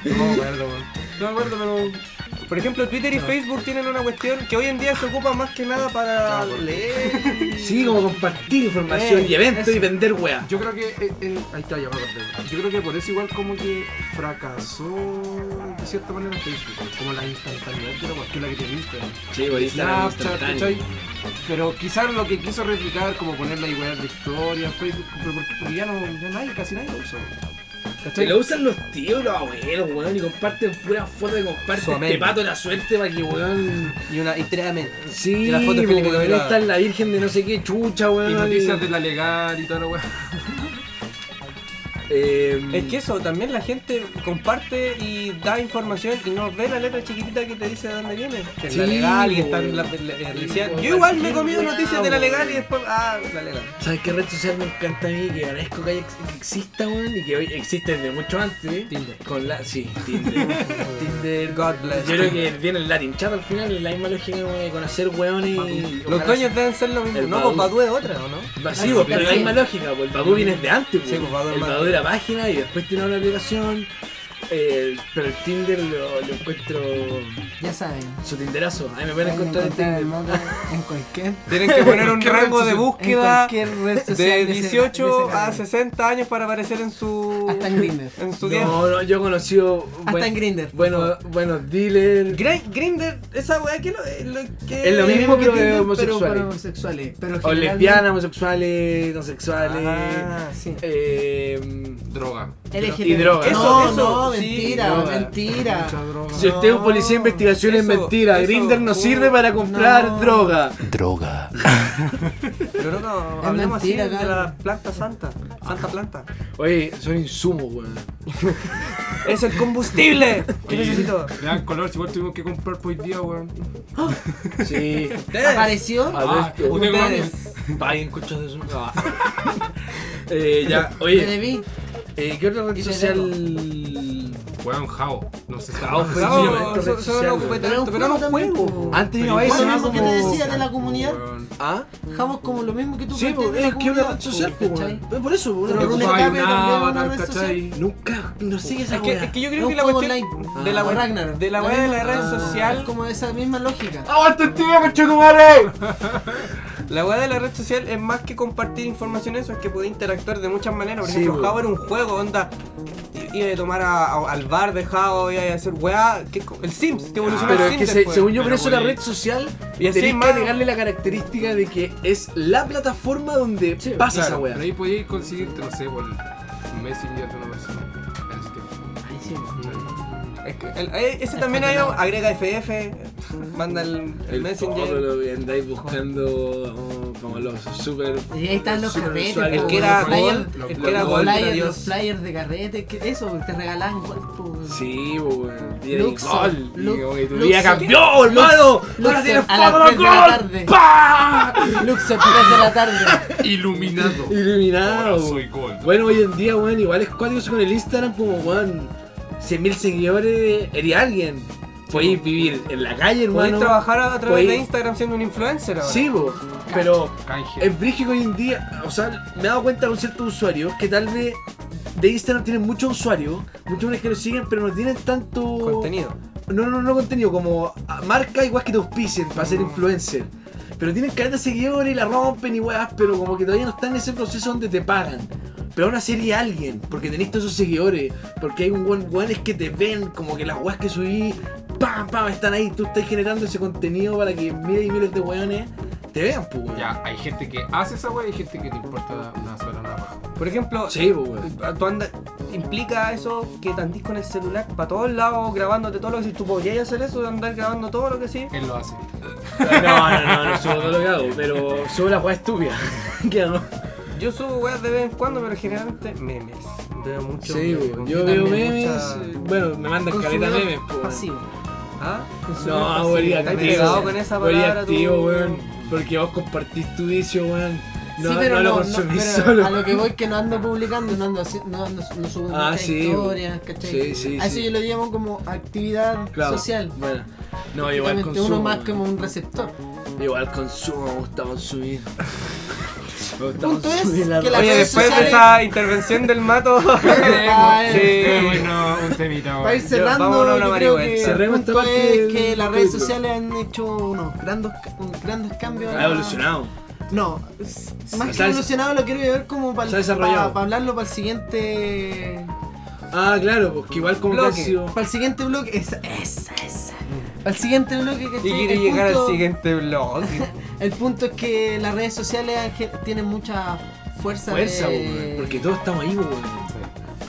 G: No me acuerdo, weón. No me acuerdo, pero.
E: Por ejemplo, Twitter y Facebook tienen una cuestión que hoy en día se ocupa más que nada para leer.
F: Sí, como compartir información
E: Eh,
F: y eventos y vender weá.
G: Yo creo que. eh, eh, ahí está, ya me acordé. Yo creo que por eso igual como que fracasó de cierta manera Facebook. Como la instantaneidad de la cual- que es la que tiene Instagram.
F: Sí, pues, weón, Instagram
G: Snapchat,
F: instantáneo.
G: ¿cachai? Pero quizás lo que quiso replicar, como ponerla igual de historia, Facebook, pero porque, porque ya no, ya nadie, casi nadie lo usa.
F: Se
G: ¿Cachai?
F: lo usan los tíos, los abuelos, weón, y comparten puras fotos de comparten.
E: Sudamérica.
F: Este pato la suerte para que, weón.
E: Y una y tres amén.
F: Sí,
E: Y las fotos de Felipe
F: weón,
E: Cabrera.
F: está la virgen de no sé qué chucha, weón.
G: Y noticias de la legal y toda la weá.
F: Eh,
E: Es que eso, también la gente comparte y da información y no ve la letra chiquitita que te dice de dónde viene. Que es la
F: Sí,
E: legal y
F: po.
E: están la, la- la-
F: Sí,
E: decían-
F: po,
E: Yo igual me he
F: cualquier
E: comido
F: weá,
E: noticias de la
F: po.
E: legal y después, ah, la legal.
F: ¿Sabes qué red social me encanta a mí? Que agradezco que, haya- que exista, weón, y que hoy existe desde mucho antes.
E: Tinder.
F: Con la, sí, Tinder.
E: Tinder, God
F: Yo
E: bless.
F: creo que viene el Latin Chat al final, es la misma lógica como de conocer weones y.
E: Los dueños deben ser lo mismo.
F: El
E: no, pues
F: Badoo.
E: Badoo es otra, ¿o no?
F: Sí, pues, pero la misma lógica, pues el Badoo viene de antes,
E: Sí, pues, Badoo es
F: el
E: más
F: Badoo de la página y después tiene una aplicación. eh, pero el Tinder lo, lo encuentro
H: Ya saben.
F: su tinderazo. Ahí me pueden
H: pueden
F: encontrar este en
H: encontrar
F: Tinder.
H: en moda en cualquier.
E: Tienen que <laughs> poner un rango de
H: En <laughs>
E: búsqueda
H: cualquier red social.
E: de
H: ese-
E: 18
H: de ese
E: a
H: rango.
E: 60 años para aparecer en su.
H: Hasta en Grindr.
E: <laughs> En su día.
F: No, no, yo he conocido.
H: Hasta en Grindr, por
F: Bueno, buenos dealers.
E: Gri- Grinder, esa weá que lo, eh, lo que.
F: Es lo
H: Es
F: mismo, pero
H: que
F: de
H: Tinder, Pero para
F: homosexuales.
H: homosexuales. Pero
F: O
H: generalmente-
F: lesbianas, homosexuales, no sexuales.
E: Ah, sí.
F: eh,
G: Droga.
H: LGBT.
F: y droga.
H: No,
E: Eso, eso,
H: no,
E: sí,
H: mentira,
F: droga.
H: mentira.
G: Mucha droga.
F: si usted es un policía de investigación es
E: eso,
F: mentira.
E: eso,
F: Grinder no
E: oh,
F: sirve para comprar
H: no.
F: droga.
E: Pero no,
H: Es
E: hablemos así
H: mentira,
E: de
H: Carlos.
E: la planta santa. Santa planta.
F: Oye, son insumos, weón.
E: Es el
F: <laughs>
E: combustible que necesito.
G: Le dan color, si igual tuvimos que comprar por hoy día, weón.
F: Sí.
H: Apareció.
G: Ah,
F: Adulto.
G: usted
H: Ustedes.
F: Paguen <laughs> cochos de su. Ah. <laughs> eh, ya,
H: Te
F: oye,
H: debí.
F: eh, ¿qué otra red
H: Y
F: social?
G: Weón, jao. No sé si
F: Jao, fue-
E: No,
F: Ah, Sí, yo-
E: so-
F: red
E: solo no
F: social,
E: ocupé
F: weón.
E: tanto, pero no un
H: también,
E: juego.
H: po.
F: Antes no,
H: Igual
F: eso
H: lo
F: no
H: mismo que te
F: Ah, como.
H: decía de la comunidad.
F: ¿Ah?
H: Jabo es como lo mismo que tú
F: Sí,
H: planteas
F: pues,
H: de la
F: es que una red
H: comunidad,
F: social,
H: po,
F: pues,
H: ¿cachai?
F: weón. Por eso, weón.
H: Pero
F: no-
H: un
G: Ocupa
H: escape
G: un
H: también, una
G: avatar,
H: red
G: ¿cachai?
F: Nunca, no sigue esa
E: Es que,
F: weá.
E: es que yo
H: No,
E: creo que la
H: juego
E: cuestión
F: pues,
H: online.
E: de la
H: Ah,
E: weá
H: Ragnarok.
E: de la weá de la red
H: Ah,
E: social,
H: Como esa misma lógica.
E: la weá de la red social es más que compartir información, eso es que podés interactuar de muchas maneras. Por
F: Sí,
E: ejemplo,
F: weón.
E: Java era un juego, onda. i- Iba a tomar a- a- al bar de Java, iba a hacer weá. ¿qué co- El Sims, que evolucionó
F: Ah, Pero
E: el
F: es que
E: Sims.
F: se-
E: después.
F: según yo, por
G: Pero
F: eso la
G: por ahí-
F: red social
E: Y así
F: tenés que
E: más-
F: agregarle la característica de que es la plataforma donde
E: pues,
F: pasa esa
G: Claro,
F: weá.
G: pero ahí podías conseguirte, no sé, por un Messenger de una persona. En ese tiempo.
H: Ahí sí. pues,
E: Es que el- eh, ese también hay, agrega FF, manda el, el Messenger.
F: fotógrafo que andáis buscando oh, como los super.
H: Y ahí están los
F: super
H: carretes.
F: usuarios.
E: El
H: po,
E: que era
H: los flyers-
E: Gold,
G: lo-
E: el
G: lo-
E: que era
H: los
E: Gold, era
H: flyers, los
E: Dios.
H: flyers de carrete, que eso, pues, te regalaban igual, po.
F: Sí, pues, weón. Y el
H: Luxor,
F: gol.
H: Lu-
F: Y como que tu
H: Luxor.
F: vida cambió, hermano. Ahora
H: Luxor,
F: tienes
H: a las
F: foto de
H: tres de la
F: gol.
H: tarde.
F: ¡Pah!
H: Luxor 3 de la
F: <laughs>
H: tarde.
G: Iluminado.
F: Iluminado.
G: Ahora soy gol.
F: Bueno, hoy en día, weón, igual es cuático eso con el Instagram, como weón, 100.000 seguidores, eres alguien. Podéis vivir en la calle, hermano.
E: Podéis trabajar a, a través
F: podéis-
E: de Instagram siendo un influencer ahora.
F: Sí, bo, pero
G: Canje.
F: es brígido hoy en día, o sea, me he dado cuenta con ciertos usuarios que tal vez de Instagram tienen muchos usuarios, muchos hombres que lo siguen, pero no tienen tanto...
E: Contenido.
F: No, no, no contenido, como ah, marca igual que te auspicien para ser influencer. Pero tienen caleta de seguidores y la rompen y weas, pero como que todavía no están en ese proceso donde te pagan. Pero aún así eres alguien, porque tenés todos esos seguidores, porque hay un buen weones que te ven, como que las weas que subí pam, pam, están ahí. Tú estás generando ese contenido para que miles y miles de weones te vean, pues, weón.
G: Ya, hay gente que hace esa wea y hay gente que te importa una sola nada.
E: Por ejemplo,
F: Sí, pues,
E: <laughs>
F: weón.
E: tú andas- implica eso que te andís con el celular para todos lados grabándote todo lo que si tú podías hacer eso de andar grabando todo lo que sí.
G: Él lo hace.
F: No, no, no, no subo todo lo que hago, pero subo la weá <laughs> estúpida. ¿Qué hago?
E: Yo subo weas de vez en cuando, pero generalmente memes. Veo mucho.
F: Sí, pues,
E: memes.
F: weón. Yo
E: También
F: veo memes.
E: mucha-
F: eh, Bueno, me mandan caleta de
H: Consumidor
F: memes, pues. weón.
H: Pasivo.
E: ¿Ah?
F: No,
E: Consumidor
F: weón,
E: pasivo. Estás pegado
F: activo.
E: con esa
F: Weón,
E: palabra tú.
F: activo, weón. Porque vos compartís tu vicio, weón. No,
H: sí, pero
F: no
H: no,
F: lo
H: no,
F: consumís
H: pero
F: solo.
H: A lo que voy que no ando publicando, no ando, haci- no ando no subo
F: Ah,
H: muchas
F: sí.
H: historias, ¿cachai?
F: Sí, sí,
H: a eso
F: sí.
H: yo lo llamo como actividad
F: Claro.
H: social.
F: Bueno, no, igual
H: Exactamente,
F: consumo.
H: uno más
F: weón.
H: como un
F: <laughs>
H: receptor.
F: Igual consumo, me
H: <laughs>
F: gusta consumir. Me gusta
H: Punto es
F: consumir la
H: que
F: ropa.
H: las
E: Oye,
H: redes
E: después de
H: sociales-
E: esa intervención del mato.
H: <laughs>
E: <laughs>
H: Ay,
G: Pero
E: sí.
G: bueno, un temita,
H: Para ir
G: weón.
E: vámonos a
H: cerrando,
E: una
H: yo creo que
E: marihuana.
H: el
F: Cerremos esta
H: punto
F: parte
H: es
F: del
H: que las redes
F: capítulo.
H: sociales han hecho unos grandes, ca- unos grandes cambios.
F: Ha evolucionado.
H: No, s- más
F: O
H: que
F: sea, es-
H: evolucionado lo quiero ver como
F: se ha
H: para
F: desarrollado.
H: hablarlo para el siguiente
F: Ah, claro, porque igual como que ha
E: Bloque.
F: sido.
H: para el siguiente bloque. Esa, esa, esa. Para el siguiente bloque que
E: Y quiere llegar al siguiente blog.
H: El punto es que las redes sociales han ge- tienen mucha fuerza.
F: Fuerza,
H: de-
F: weón. Porque todos estamos ahí, weón.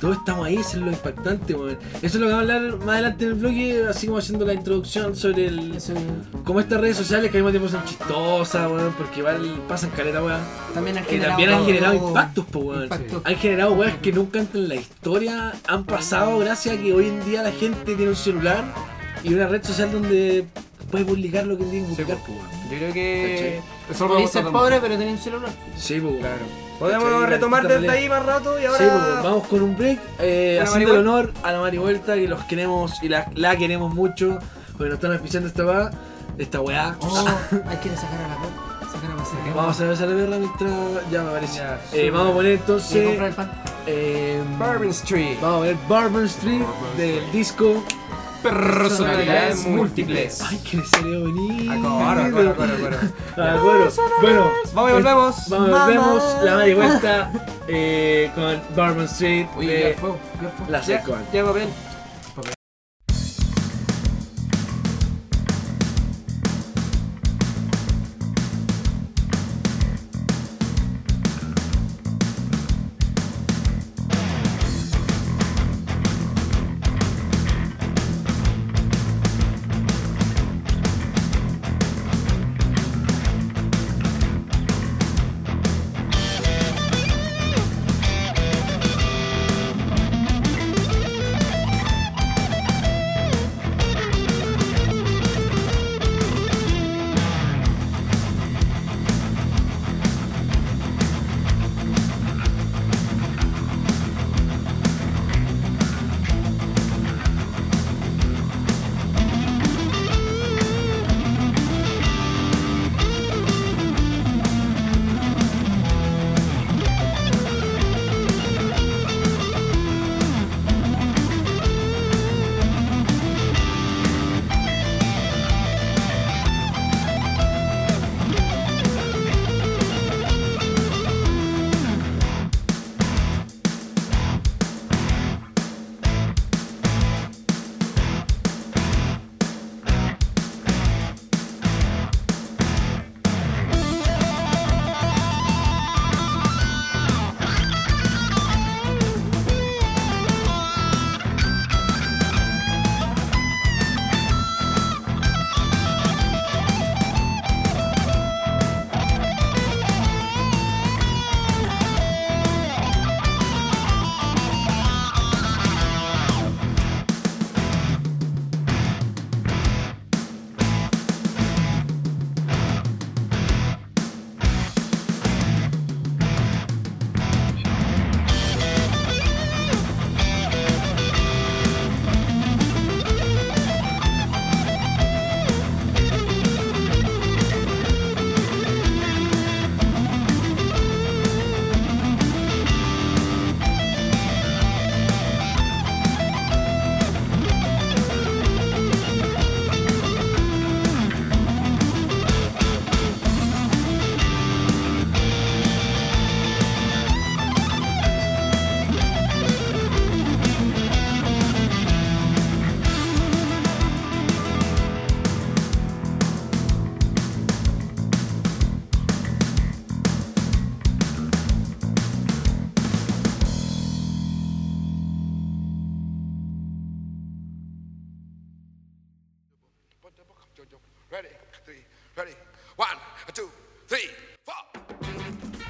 F: Todos estamos ahí, eso es lo impactante, weón. Eso es lo que vamos a hablar más adelante en el bloque, así como haciendo la introducción sobre el.
H: Eso,
F: Como estas redes sociales que al mismo tiempo son chistosas, weón, porque igual pasan caleta, weón.
H: también han
F: Y
H: generado,
F: también han generado
H: todo-
F: impactos, po, weón.
H: impactos.
F: Han generado weas que nunca antes en la historia han pasado gracias a que hoy en día la gente tiene un celular y una red social donde puede publicar lo que tiene que publicar, po, weón.
E: Yo creo
F: <laughs>
E: que
G: Eso lo
H: Podéis
G: vamos a
H: ser
G: tratar
H: pobre pero tenéis un celular.
F: Sí, po, weón. ¿Cachai?
E: podemos
F: La
E: retomar
F: artista
E: desde ahí más rato y
F: Sí, pues,
E: ahora.
F: vamos con un break, eh,
E: ¿Una
F: haciendo el
E: Mari
F: honor a la Mari Vuelta que los queremos y la, la queremos mucho, porque nos están auspiciando esta weá, esta weá.
H: Oh, <laughs> hay que ir a sacar a la perra, sacar a pasear.
F: Vamos a ver esa verla mientras ya me parece.
E: Ya,
F: Eh, vamos a poner
H: Y a
F: entonces
H: comprar el pan.
F: eh,
E: Bourbon Street.
F: vamos a ver Barber Street del disco.
G: Personalidades múltiples.
F: Ay, que le salió
E: Ah,
F: bonito.
E: Acora, acora, acora, acora.
F: <laughs> Ah, bueno, bueno,
E: Vamos y volvemos.
F: vamos, vemos la Mari Vuelta eh, con Barber Street
G: Oye,
F: de
G: ya fue, ya fue.
F: la Secon.
E: Ya, papel.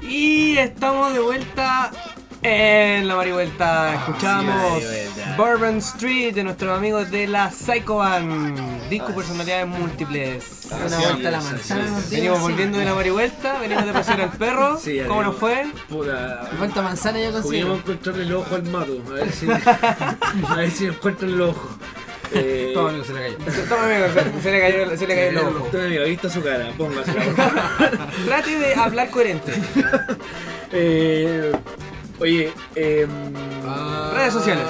E: Y estamos de vuelta en la marivuelta. Escuchamos
F: Ah, sí, Marivuelta.
E: Bourbon Street de nuestros amigos de la Psycho Band. Disco Personalidades Múltiples.
H: Una
F: sí,
H: vuelta a la
F: sí,
H: manzana.
F: Ah, sí,
H: nos dio
E: Venimos
H: así.
E: volviendo de la marivuelta, venimos de pasear al perro.
F: Sí, ya
E: ¿Cómo
F: digo.
E: nos fue?
F: Puta.
H: Vuelta a manzana yo consigo.
F: Podríamos encontrarle el ojo al mato. A ver si. a ver si encuentran el ojo. Eh,
G: Todo amigo se le cayó.
E: Toma, amigo, se- se le cayó, se le cayó el ojo.
F: Usted, amigo, ahí está su cara, póngasela. por favor.
E: Trate de hablar coherente.
F: Eh, oye, eh,
E: Redes sociales.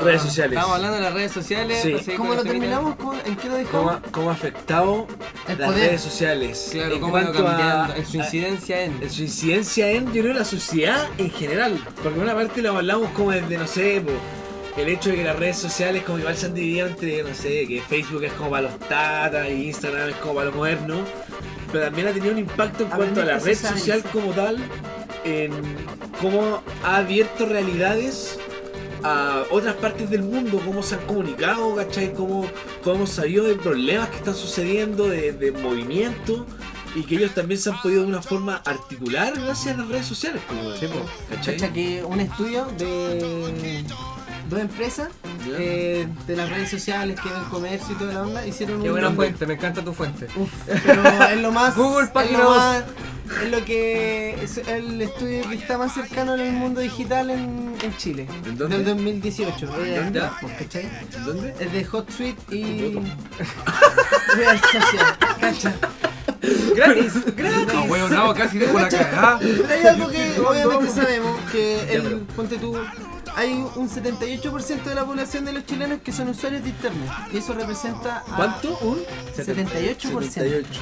F: redes sociales.
E: Estamos hablando de las redes sociales.
F: Sí.
E: así que
H: ¿Cómo
E: con
H: lo
E: este mira-
H: terminamos? ¿Cómo- ¿En qué lo
F: ¿Cómo,
H: dejamos?
F: ha- cómo ha afectado
H: El
F: las
H: poder.
F: redes sociales?
E: Claro,
F: en
E: cómo ha ido
F: cuanto a-
E: cambiando. En su
F: a-
E: incidencia en.
F: en su incidencia en, yo creo, la sociedad en general. Porque una parte lo hablamos como desde, no sé, po, el hecho de que las redes sociales como igual se han dividido entre, no sé, que Facebook es como para los tatas y Instagram es como para los modernos. Pero también ha tenido un impacto en
H: A
F: cuanto a
H: ver,
F: la
H: ¿qué
F: red
H: se sabe?
F: social como tal, en cómo ha abierto realidades a otras partes del mundo, cómo se han comunicado, ¿cachai? Cómo, cómo hemos sabido de problemas que están sucediendo, de, de movimientos, y que ellos también se han podido de una forma articular gracias a las redes sociales. como, ¿cachai?
H: Cacha que un estudio de dos empresas
F: Ya.
H: eh, de las redes sociales que ven comercio y toda la onda hicieron
E: Qué
H: un
E: buena fuente, me encanta tu fuente.
F: <laughs>
H: Uf, pero es lo más.
E: Google
H: es lo
E: página
H: más- Es lo que. Es el estudio que está más cercano al mundo digital en, en Chile.
F: ¿En dónde?
H: Del 2018. eh,
F: ¿En dónde?
H: Blackboard, ¿cachai?
F: ¿Dónde?
H: Es de HotSuite y. <laughs> Real Social. Cacha.
E: Gratis.
G: No, weón, no, casi dejo la cagada.
H: Pero <laughs> hay algo que obviamente sabemos, que el, ponte tú, hay un 78% de la población de los chilenos que son usuarios de internet. Y eso representa a
F: ¿Cuánto? ¿Un?
H: 78%.
F: 78.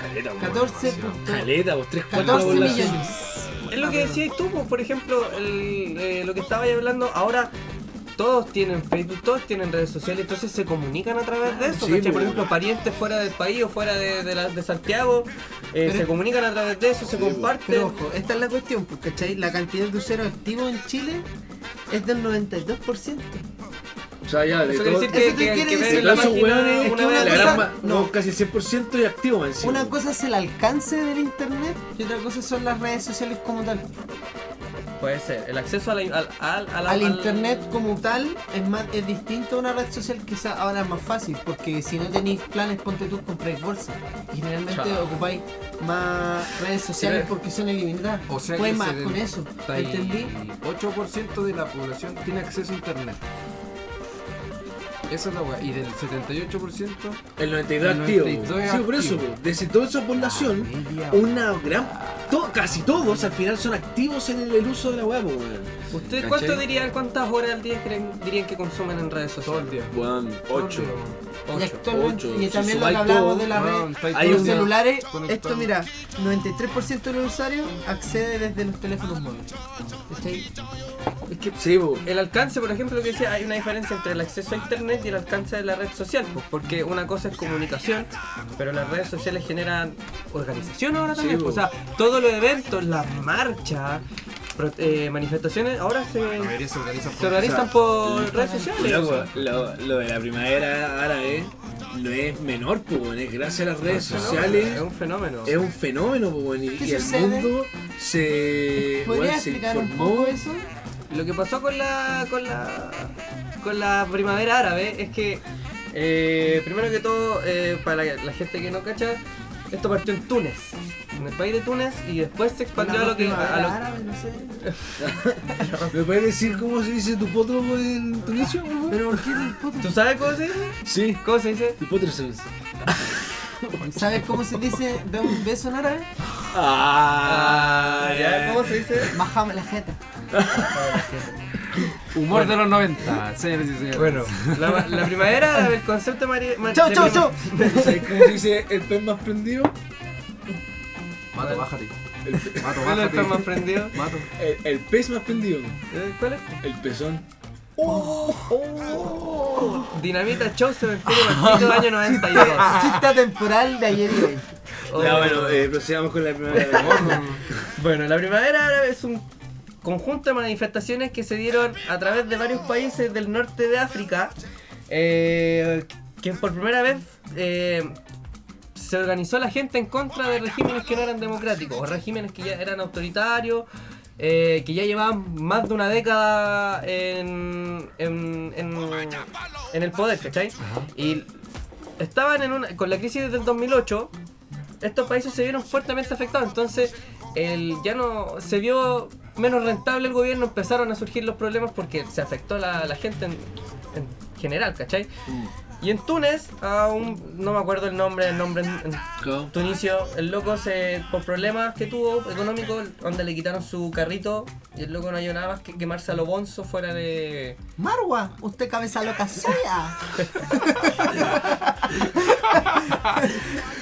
F: Caleta, weón.
H: 14,
F: Caleta, vos, tres cuartos de
H: 14
F: la población.
H: millones.
E: Es lo que decías tú, pues, por ejemplo, el, eh, lo que estaba ahí hablando, ahora todos tienen Facebook, todos tienen redes sociales, entonces se comunican a través de eso.
F: Sí,
E: ¿cachai?
F: pues.
E: Por ejemplo, parientes fuera del país o fuera de, de la- de Santiago, eh, se comunican a través de eso, se comparten.
H: Pero ojo, esta es la cuestión, pues, ¿cachai? La cantidad de usuarios activos en Chile es del 92%.
F: O sea, ya, de
E: Eso
F: todo-
E: quiere decir
H: eso
E: que,
H: te
E: que,
H: quiere
E: que
H: decir
E: ven
F: de
E: la
F: todos esos
E: página
F: hueones,
H: es
E: una
H: que
E: vez a la
H: una
F: la
H: cosa-
F: gran
E: gran-
F: ma-
H: no.
F: no, casi 100% y activo, encima.
H: Una cosa es el alcance del internet y otra cosa son las redes sociales como tal.
E: Puede ser, el acceso a la- al, al- a la-
H: Al
E: al-
H: internet como tal es más es distinto a una red social quizás ahora es más fácil porque si no tenéis planes ponte tú compráis bolsas y generalmente
E: Chao.
H: ocupáis más redes sociales
E: Sí.
H: porque son ilimitadas.
G: O sea
H: Puedes
G: que
H: más
G: se
H: con eso, ¿entendí?
G: 8% de la población tiene acceso a internet. Esa es la weá. Y del 78%.
F: El 92
G: El
F: activo.
G: 92
F: sí, por eso,
G: activo. Ah,
F: desde toda esa población,
G: media,
F: una gran. to- casi todos al final son activos en el, el uso de la web, weón.
E: ¿Ustedes
F: ¿Cachai?
E: cuánto dirían, cuántas horas al día creen- dirían que consumen en redes
G: Todo el
E: sociales?
G: día.
F: Weón, ocho.
H: Y
E: Ocho.
H: actualmente,
F: ocho,
H: y
F: si
H: también lo que
F: sumáis
H: hablábamos
F: todo,
H: de la red,
G: weón, estáis
F: hay
H: de los
F: un-
H: celulares,
G: conectado.
H: esto mira, 93% de los usuarios accede desde los teléfonos móviles. ¿Cachai?
E: Es que
F: Sí, weón.
E: El alcance, por ejemplo, que decía, hay una diferencia entre el acceso a internet y el alcance de la red social, pues, porque una cosa es comunicación, pero las redes sociales generan organización ahora
F: Sí,
E: también.
F: bo.
E: pues, o sea, todos los eventos, las marchas, pro- eh, manifestaciones, ahora se,
G: La mayoría se organiza
E: se
G: por.
E: organizan por redes sociales.
F: Loco, lo, lo de la primavera árabe no es menor, pues, weón, es gracias a las redes
E: Es un fenómeno, Es
F: sociales.
E: un fenómeno.
F: Es un fenómeno, pues, weón, y,
H: ¿Qué
F: y el
H: sucede?
F: mundo se,
H: ¿Podrías
F: weón, se
H: explicar un
F: informó.
H: poco eso?
E: Lo que pasó con la. con la. con la primavera árabe es que. eh, primero que todo, eh, para la, la gente que no cacha, esto partió en Túnez. En el país de Túnez y después se expandió a lo que. a lo-
H: árabe, no sé.
F: ¿Me puedes decir cómo se dice tu potro en Tunisia, por favor?
H: Pero ¿por qué el puto?
E: ¿Tú sabes cómo se dice?
F: Sí,
E: ¿Cómo se dice?
F: tu potro se dice.
H: ¿Sabes cómo se dice da un beso en árabe?
F: Ah,
E: Ya, ¿Cómo se dice?
H: Bajame la jeta.
G: Humor de los 90, señores y señores.
E: Bueno, la, la primavera árabe, el concepto mari- ma-
H: ¡Chau,
E: de
H: chau,
E: prim-
H: chau!
F: ¿Sabes cómo se dice el pez más prendido?
G: Mato, bájate. Mato,
E: ¿Cuál es el
G: bájate.
E: pan más prendido?
G: Mato.
F: El, el pez más prendido.
E: Eh, ¿Cuál es?
F: El pezón.
E: Dinamita Show Cementerio Martito año 92.
H: Chista temporal de ayer y hoy.
E: Oh.
F: Ya, bueno, eh, prosigamos con la primera.
E: Bueno, la primavera árabe es un conjunto de manifestaciones que se dieron a través de varios países del norte de África, eh, que por primera vez eh, se organizó la gente en contra de regímenes que no eran democráticos, o regímenes que ya eran autoritarios, eh, que ya llevaban más de una década en, en, en- en el poder, ¿cachai? Y estaban en una, con la crisis del 2008, estos países se vieron fuertemente afectados, entonces el, ya no se vio menos rentable el gobierno, empezaron a surgir los problemas porque se afectó la, la gente en, en general, ¿cachai? Y en Túnez, a un, no me acuerdo el nombre, el nombre en, en
F: ¿Cómo?
E: Tunisio, el loco se, por problemas que tuvo económicos, donde le quitaron su carrito y el loco no halló nada más que quemarse a lo bonzo fuera de...
H: Marwa, usted cabeza loca suya.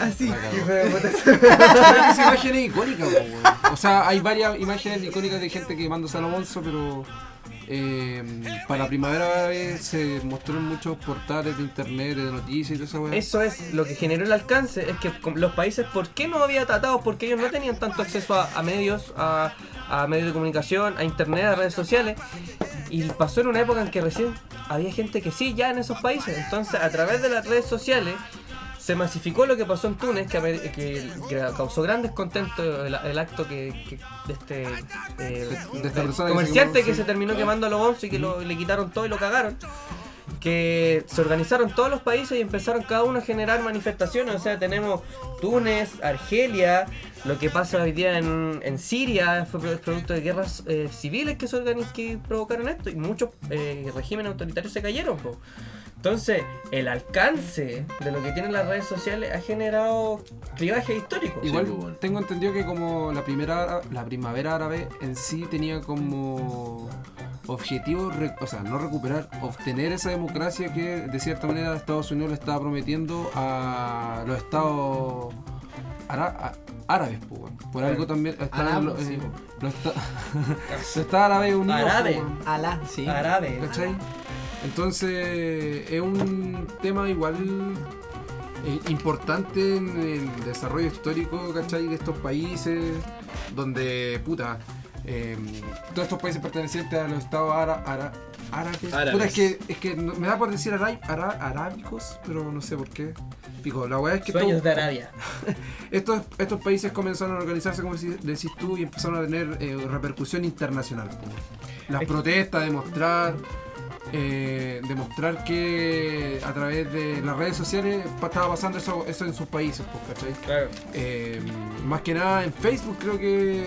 H: Así.
G: Pero esa imagen es icónica, po, weón. O sea, hay varias imágenes icónicas de gente que mandó San Alonso, pero eh, para primavera eh, se mostró en muchos portales de internet, de noticias y todo eso, weón.
E: Eso es lo que generó el alcance, es que con los países, ¿por qué no había tratados? Porque ellos no tenían tanto acceso a, a medios, a, a medios de comunicación, a internet, a redes sociales. Y pasó en una época en que recién había gente que sí, ya en esos países. Entonces, a través de las redes sociales, se masificó lo que pasó en Túnez, que, a ver- que- que causó gran descontento el, el acto que, que- de este eh, este
G: esta persona que
E: comerciante
G: se-
E: que
G: sí.
E: se terminó quemando a los once y que lo- le quitaron todo y lo cagaron que se organizaron todos los países y empezaron cada uno a generar manifestaciones. O sea, tenemos Túnez, Argelia, lo que pasa hoy día en, en Siria fue pro- producto de guerras eh, civiles que, se organiz- que provocaron esto y muchos eh, regímenes autoritarios se cayeron. po. Entonces, el alcance de lo que tienen las redes sociales ha generado clivaje histórico.
G: Igual
F: Sí, pues, bueno.
G: tengo entendido que como la primera la primavera árabe en sí tenía como objetivo, re- o sea, no recuperar, obtener esa democracia que de cierta manera Estados Unidos le estaba prometiendo a los estados ara- a- árabes, pues, weón. por algo también estaban
H: Árabes,
G: los,
H: sí,
G: eh,
H: pues.
G: los esta- <laughs> los estados árabes unidos. pues,
E: Árabe.
G: weón.
H: Alá, sí.
E: Árabe.
G: ¿Cachai? Entonces es un tema igual eh, importante en el desarrollo histórico, ¿cachai? De estos países donde, puta, eh, todos estos países pertenecientes a los estados ara- ara- árabes.
F: Árabes.
G: Puta, es que, es que no- me da por decir ara- ara- arábicos, pero no sé por qué. Pico, la weá es que
E: Sueños
G: todo-
E: de Arabia.
G: estos, estos países comenzaron a organizarse, como deci- decís tú, y empezaron a tener eh, repercusión internacional. po. Las protestas, demostrar, eh, demostrar que a través de las redes sociales pa- estaba pasando eso, eso en sus países, po, ¿cachai? Eh, más que nada en Facebook creo que,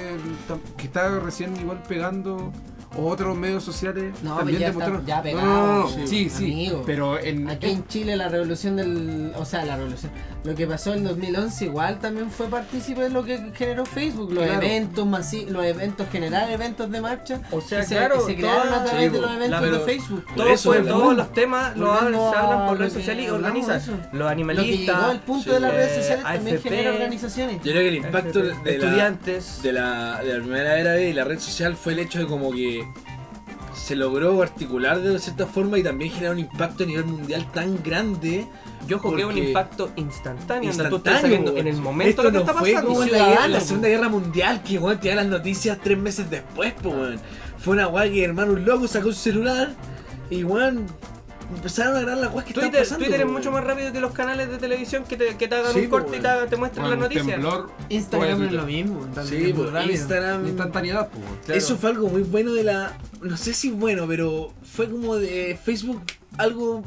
G: tam- que está recién igual pegando o otros medios sociales
H: No, pero
G: también
H: ya está-
G: demostraron-
H: ya
G: No, no, no, no,
H: pegado, sí,
G: sí, sí,
H: amigo.
G: pero en,
H: Aquí en Chile la revolución del... O sea, la revolución. Lo que pasó en 2011 igual también fue partícipe de lo que generó Facebook. Los
G: Claro.
H: eventos masi- los eventos, generar eventos de marcha.
E: O sea,
H: que se-
E: claro,
H: que se, crearon
E: toda-
H: a través
F: sí,
H: de los
F: la-
H: eventos
F: pero-
H: de Facebook.
F: Por
E: Todo
F: eso
E: fue-
F: hablamos.
E: todos los temas los hablan-
H: Volvemos
E: se hablan por
H: a
E: redes
H: lo que
E: sociales y
H: hablamos
E: organizan.
H: de eso.
E: Los
H: Lo que llegó
E: animalistas,
H: al punto
F: sí,
H: de las redes
E: eh,
H: sociales también
E: AFP,
H: genera organizaciones.
F: Yo creo que el
H: <laughs>
F: impacto
E: FP,
F: de la,
E: estudiantes.
F: de la, de la primera era y la red social fue el hecho de como que se logró articular de cierta forma y también generar un impacto a nivel mundial tan grande.
E: Yo ojo que es un
F: porque-
E: impactáneo, instantáneo, donde tú estás
F: instantáneo.
E: sabiendo en el
F: weón.
E: momento
F: Esto
E: lo que
F: no
E: está
F: fue
E: pasando.
F: como en la,
H: ciudadano,
F: guerra- la
H: weón.
F: Segunda Guerra Mundial, que weón, te dan las noticias tres meses después, po, weón. Fue una weá que hermano un loco sacó su celular y weón empezaron a grabar las weas que estaban
E: Twitter,
F: pasando.
E: Twitter es
F: po,
E: mucho
F: weón.
E: más rápido que los canales de televisión que te, que te hagan
F: Sí,
E: un
F: po,
E: corte y te,
F: weón.
E: hagan- te muestran
G: bueno,
E: las noticias.
G: temblor,
H: Instagram
G: Oye,
H: es lo mismo. también
F: Sí,
H: es muy
G: pues,
F: po,
H: rápido.
F: Instagram.
G: instantaneidad, po, weón.
E: Claro.
F: Eso fue algo muy bueno de la. No sé si bueno, pero fue como de Facebook algo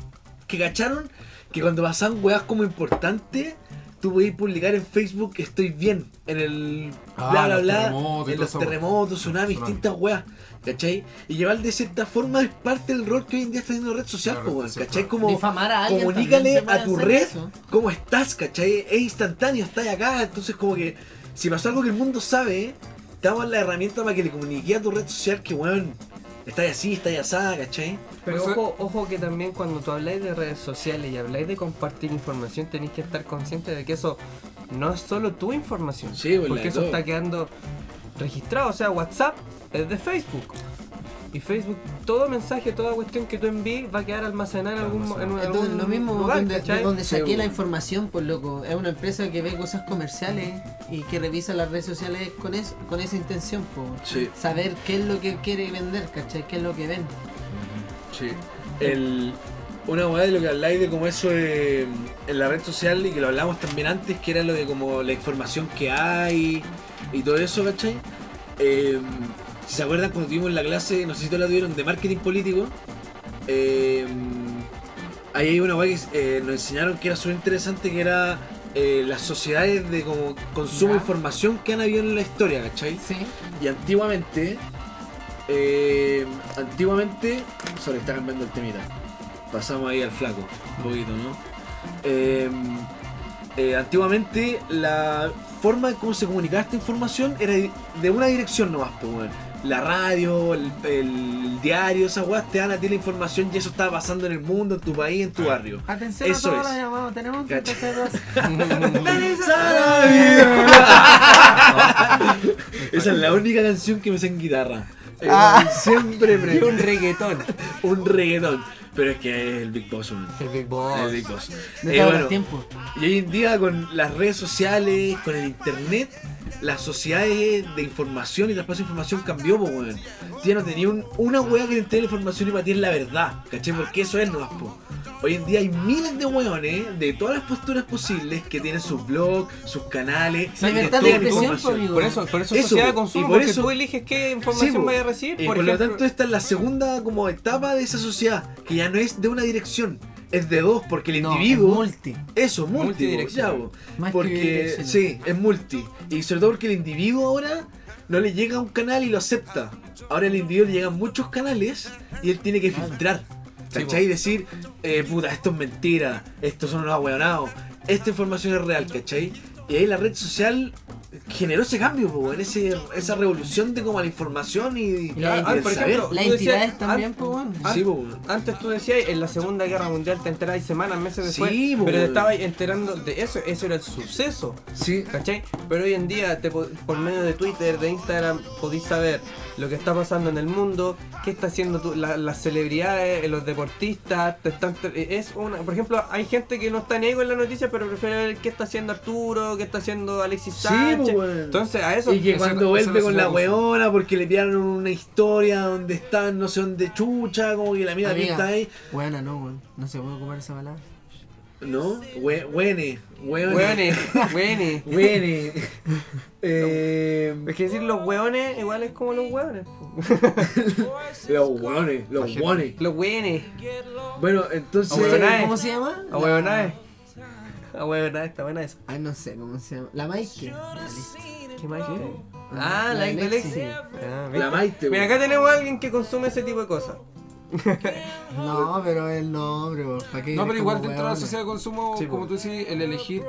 F: que cacharon que cuando pasaban weas como importante, tú podías publicar en Facebook que estoy bien. En el
G: Ah,
F: bla bla
G: los
F: bla.
G: terremotos y
F: en
G: todo
F: los
G: eso.
F: terremotos, tsunamis,
G: Tsunami.
F: distintas weas. ¿Cachai? Y llevar de cierta forma es parte del rol que hoy en día está haciendo red social,
G: Claro,
F: po, weón,
G: red social,
F: ¿cachai?
G: claro.
F: Como
H: Difamar a alguien
F: comunícale
H: también se puede
F: a tu
H: hacer
F: red
H: eso.
F: cómo estás, ¿cachai? Es instantáneo, estás acá, entonces como que si pasó algo que el mundo sabe, te damos la herramienta para que le comunique a tu red social que, weón, estás así, estás asada, ¿cachai?
E: Pero
G: Por eso-
E: ojo, ojo que también cuando tú habláis de redes sociales y habláis de compartir información, tenéis que estar consciente de que eso no es solo tu información.
F: Sí, pues, la
E: porque
F: de
E: eso
F: todo.
E: está quedando registrado. O sea, WhatsApp es de Facebook. Y Facebook, todo mensaje, toda cuestión que tú envíes va a quedar almacenada en algún, mo- en un-
H: Entonces,
E: algún
H: lo mismo
E: lugar,
H: donde, de
E: ¿cachai?
H: donde
F: Sí,
H: saqué la
F: bueno.
H: información, por loco. Es una empresa que ve cosas comerciales y que revisa las redes sociales con, es- con esa intención, por
F: Sí.
H: saber qué es lo que quiere vender, ¿cachai? ¿Qué es lo que vende?
F: Sí. El, una weá de lo que habláis de como eso de, en la red social y que lo hablamos también antes, que era lo de como la información que hay y todo eso, ¿cachai? Eh, si se acuerdan cuando tuvimos la clase, no sé si todos la tuvieron, de marketing político, eh, ahí hay una weá que eh, nos enseñaron que era súper interesante, que era eh, las sociedades de como consumo de
I: Ya.
F: información que han habido en la historia, ¿cachai?
I: Sí.
F: Y antiguamente, eh, antiguamente, sorry, está cambiando el temita. Pasamos ahí al flaco, un poquito, ¿no? Eh, eh, antiguamente, la forma de cómo se comunicaba esta información era di- de una dirección nomás, pues, weón. La radio, el, el diario, esas weas te dan a ti la información y eso estaba pasando en el mundo, en tu país, en tu barrio.
H: Atención
F: Eso
H: a todas
F: es.
H: las llamadas, tenemos que
F: Cacha.
H: empezar a-
F: <laughs> <laughs> Esa es la única canción que me sé en guitarra. Eh, Siempre
E: <laughs>
F: me.
E: un reggaetón.
F: un reggaetón. Pero es que es <laughs> el Big Boss, weón.
I: El Big Boss.
F: El Big Boss.
I: De
F: Eh,
I: todos
F: bueno,
I: los tiempos.
F: y hoy en día con las redes sociales, con el internet, las sociedades de información y traspaso de información cambió, po, weón. Ya no tenía un- una weá que te entregue la información y para ti es la verdad, ¿caché? Porque eso es nomás, po. Hoy en día hay miles de weones de todas las posturas posibles que tienen sus blogs, sus canales.
E: Libertad
F: que
E: de
F: toman
E: expresión,
F: información.
I: po, amigo.
E: Por eso, por eso,
F: Eso,
E: sociedad de
F: po.
E: consumo,
F: Y por
E: porque
F: eso-
E: tú eliges qué
F: Sí,
E: información
F: po.
E: vaya a recibir.
F: Eh,
E: por
F: por
E: ejemplo,
F: lo tanto, esta es la segunda como etapa de esa sociedad, que ya no es de una dirección, es de dos, porque el
I: No,
F: individuo...
I: es multi.
F: Eso,
E: Multidireccional.
F: multidireccional.
I: Más que
F: Porque
I: bidireccional.
F: sí, es multi. Y sobre todo porque el individuo ahora no le llega a un canal y lo acepta. Ahora el individuo le llegan muchos canales y él tiene que filtrar. ¿Cachai? Y decir, eh, puta, esto es mentira, estos son unos ahueonados, esta información es real, ¿cachai? Y ahí la red social generó ese cambio, po, en ese, esa revolución de como la información y,
I: Y la-
F: y
I: ah,
F: el
E: por
F: saber.
E: ejemplo,
I: Las
E: tú decías,
I: entidades también,
E: ah,
I: pues, bueno.
E: ah,
F: Sí, po, weón.
E: Antes tú decías, en la Segunda Guerra Mundial te enterabas semanas, meses
F: Sí,
E: después,
F: po,
E: pero
F: weón.
E: te estabas enterando de eso, eso era el suceso,
F: Sí,
E: ¿cachai? Pero hoy en día, te po- por medio de Twitter, de Instagram, podéis saber lo que está pasando en el mundo, qué está haciendo tú- la- las celebridades, eh, los deportistas, te están, te- es una, por ejemplo, hay gente que no está ni ahí con las noticias, pero prefiere ver qué está haciendo Arturo, qué está haciendo Alexis
F: Sí,
E: Sánchez,
F: po, weón.
E: entonces a eso
F: Y que
G: Esa
F: cuando
G: no- esa
F: vuelve
G: no
F: con
G: se
F: la
G: puede usar.
F: weona porque le pillaron una historia donde están no sé dónde chucha, como que la mira
I: Amiga.
F: está ahí.
I: Buena, no, weón. No se puede ocupar esa palabra.
F: No, we- wene, <laughs> weone.
E: Hueones, hueones.
F: Wene. Eh,
E: <laughs> Es que decir los hueones igual es como los hueones. po.
F: los weones, los weones.
E: Los hueones.
F: Bueno, entonces.
E: Ahueonae.
I: ¿Cómo se llama?
E: A hueonae. A hueonae, está buena esa.
I: Ay, no sé cómo se llama. La Maike. La lista.
E: ¿Qué más? hay? Ah,
I: La
E: la de
I: Alexi.
E: Alexi. Ah,
F: La
E: ¿viste?
F: Maite,
E: Mira,
F: weón.
E: acá tenemos a alguien que consume ese tipo de cosas.
I: No, pero el nombre, ¿para qué?
G: No, pero
I: eres
G: igual
I: como
G: dentro de la
I: hueones?
G: sociedad de consumo,
E: Sí,
G: como
E: po.
G: tú decís, el elegir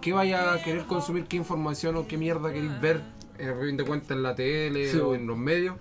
G: qué vaya a querer consumir, qué información o qué mierda queréis ver, eh, a fin de cuentas en la tele
F: Sí, po.
G: o en los medios,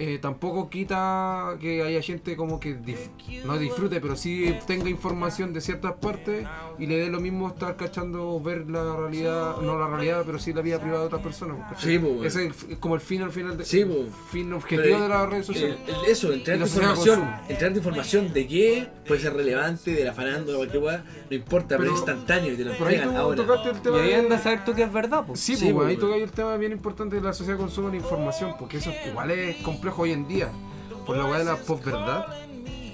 G: eh, tampoco quita que haya gente como que dif- no disfrute, pero sí tenga información de ciertas partes y le dé lo mismo estar cachando o ver la realidad, no la realidad, pero sí la vida privada de otras personas. ¿cachai?
F: Sí, po, weón.
G: Ese es el f- como el fin al final de,
F: Sí, po.
G: fin objetivo
F: Pero,
G: de las redes
F: El-
G: sociales.
F: el- eso, entrar
G: Y la sociedad
F: información,
G: consume.
F: entrar información de qué puede ser relevante, de la farándula, cualquier weá, no importa, pero,
G: Pero-
F: es instantáneo y te lo
G: Por ahí
F: entregan
G: tú
F: eh, ahora.
G: tocaste el
E: Y
G: tema
E: ahí
G: de-
E: andas a saber tú que es verdad, pues.
G: Sí,
F: Sí,
G: pues,
F: pues,
G: ahí
F: güey.
G: toca ahí el tema bien importante de la sociedad de consumo de la información, porque eso igual es complejo hoy en día, por la weá de la posverdad,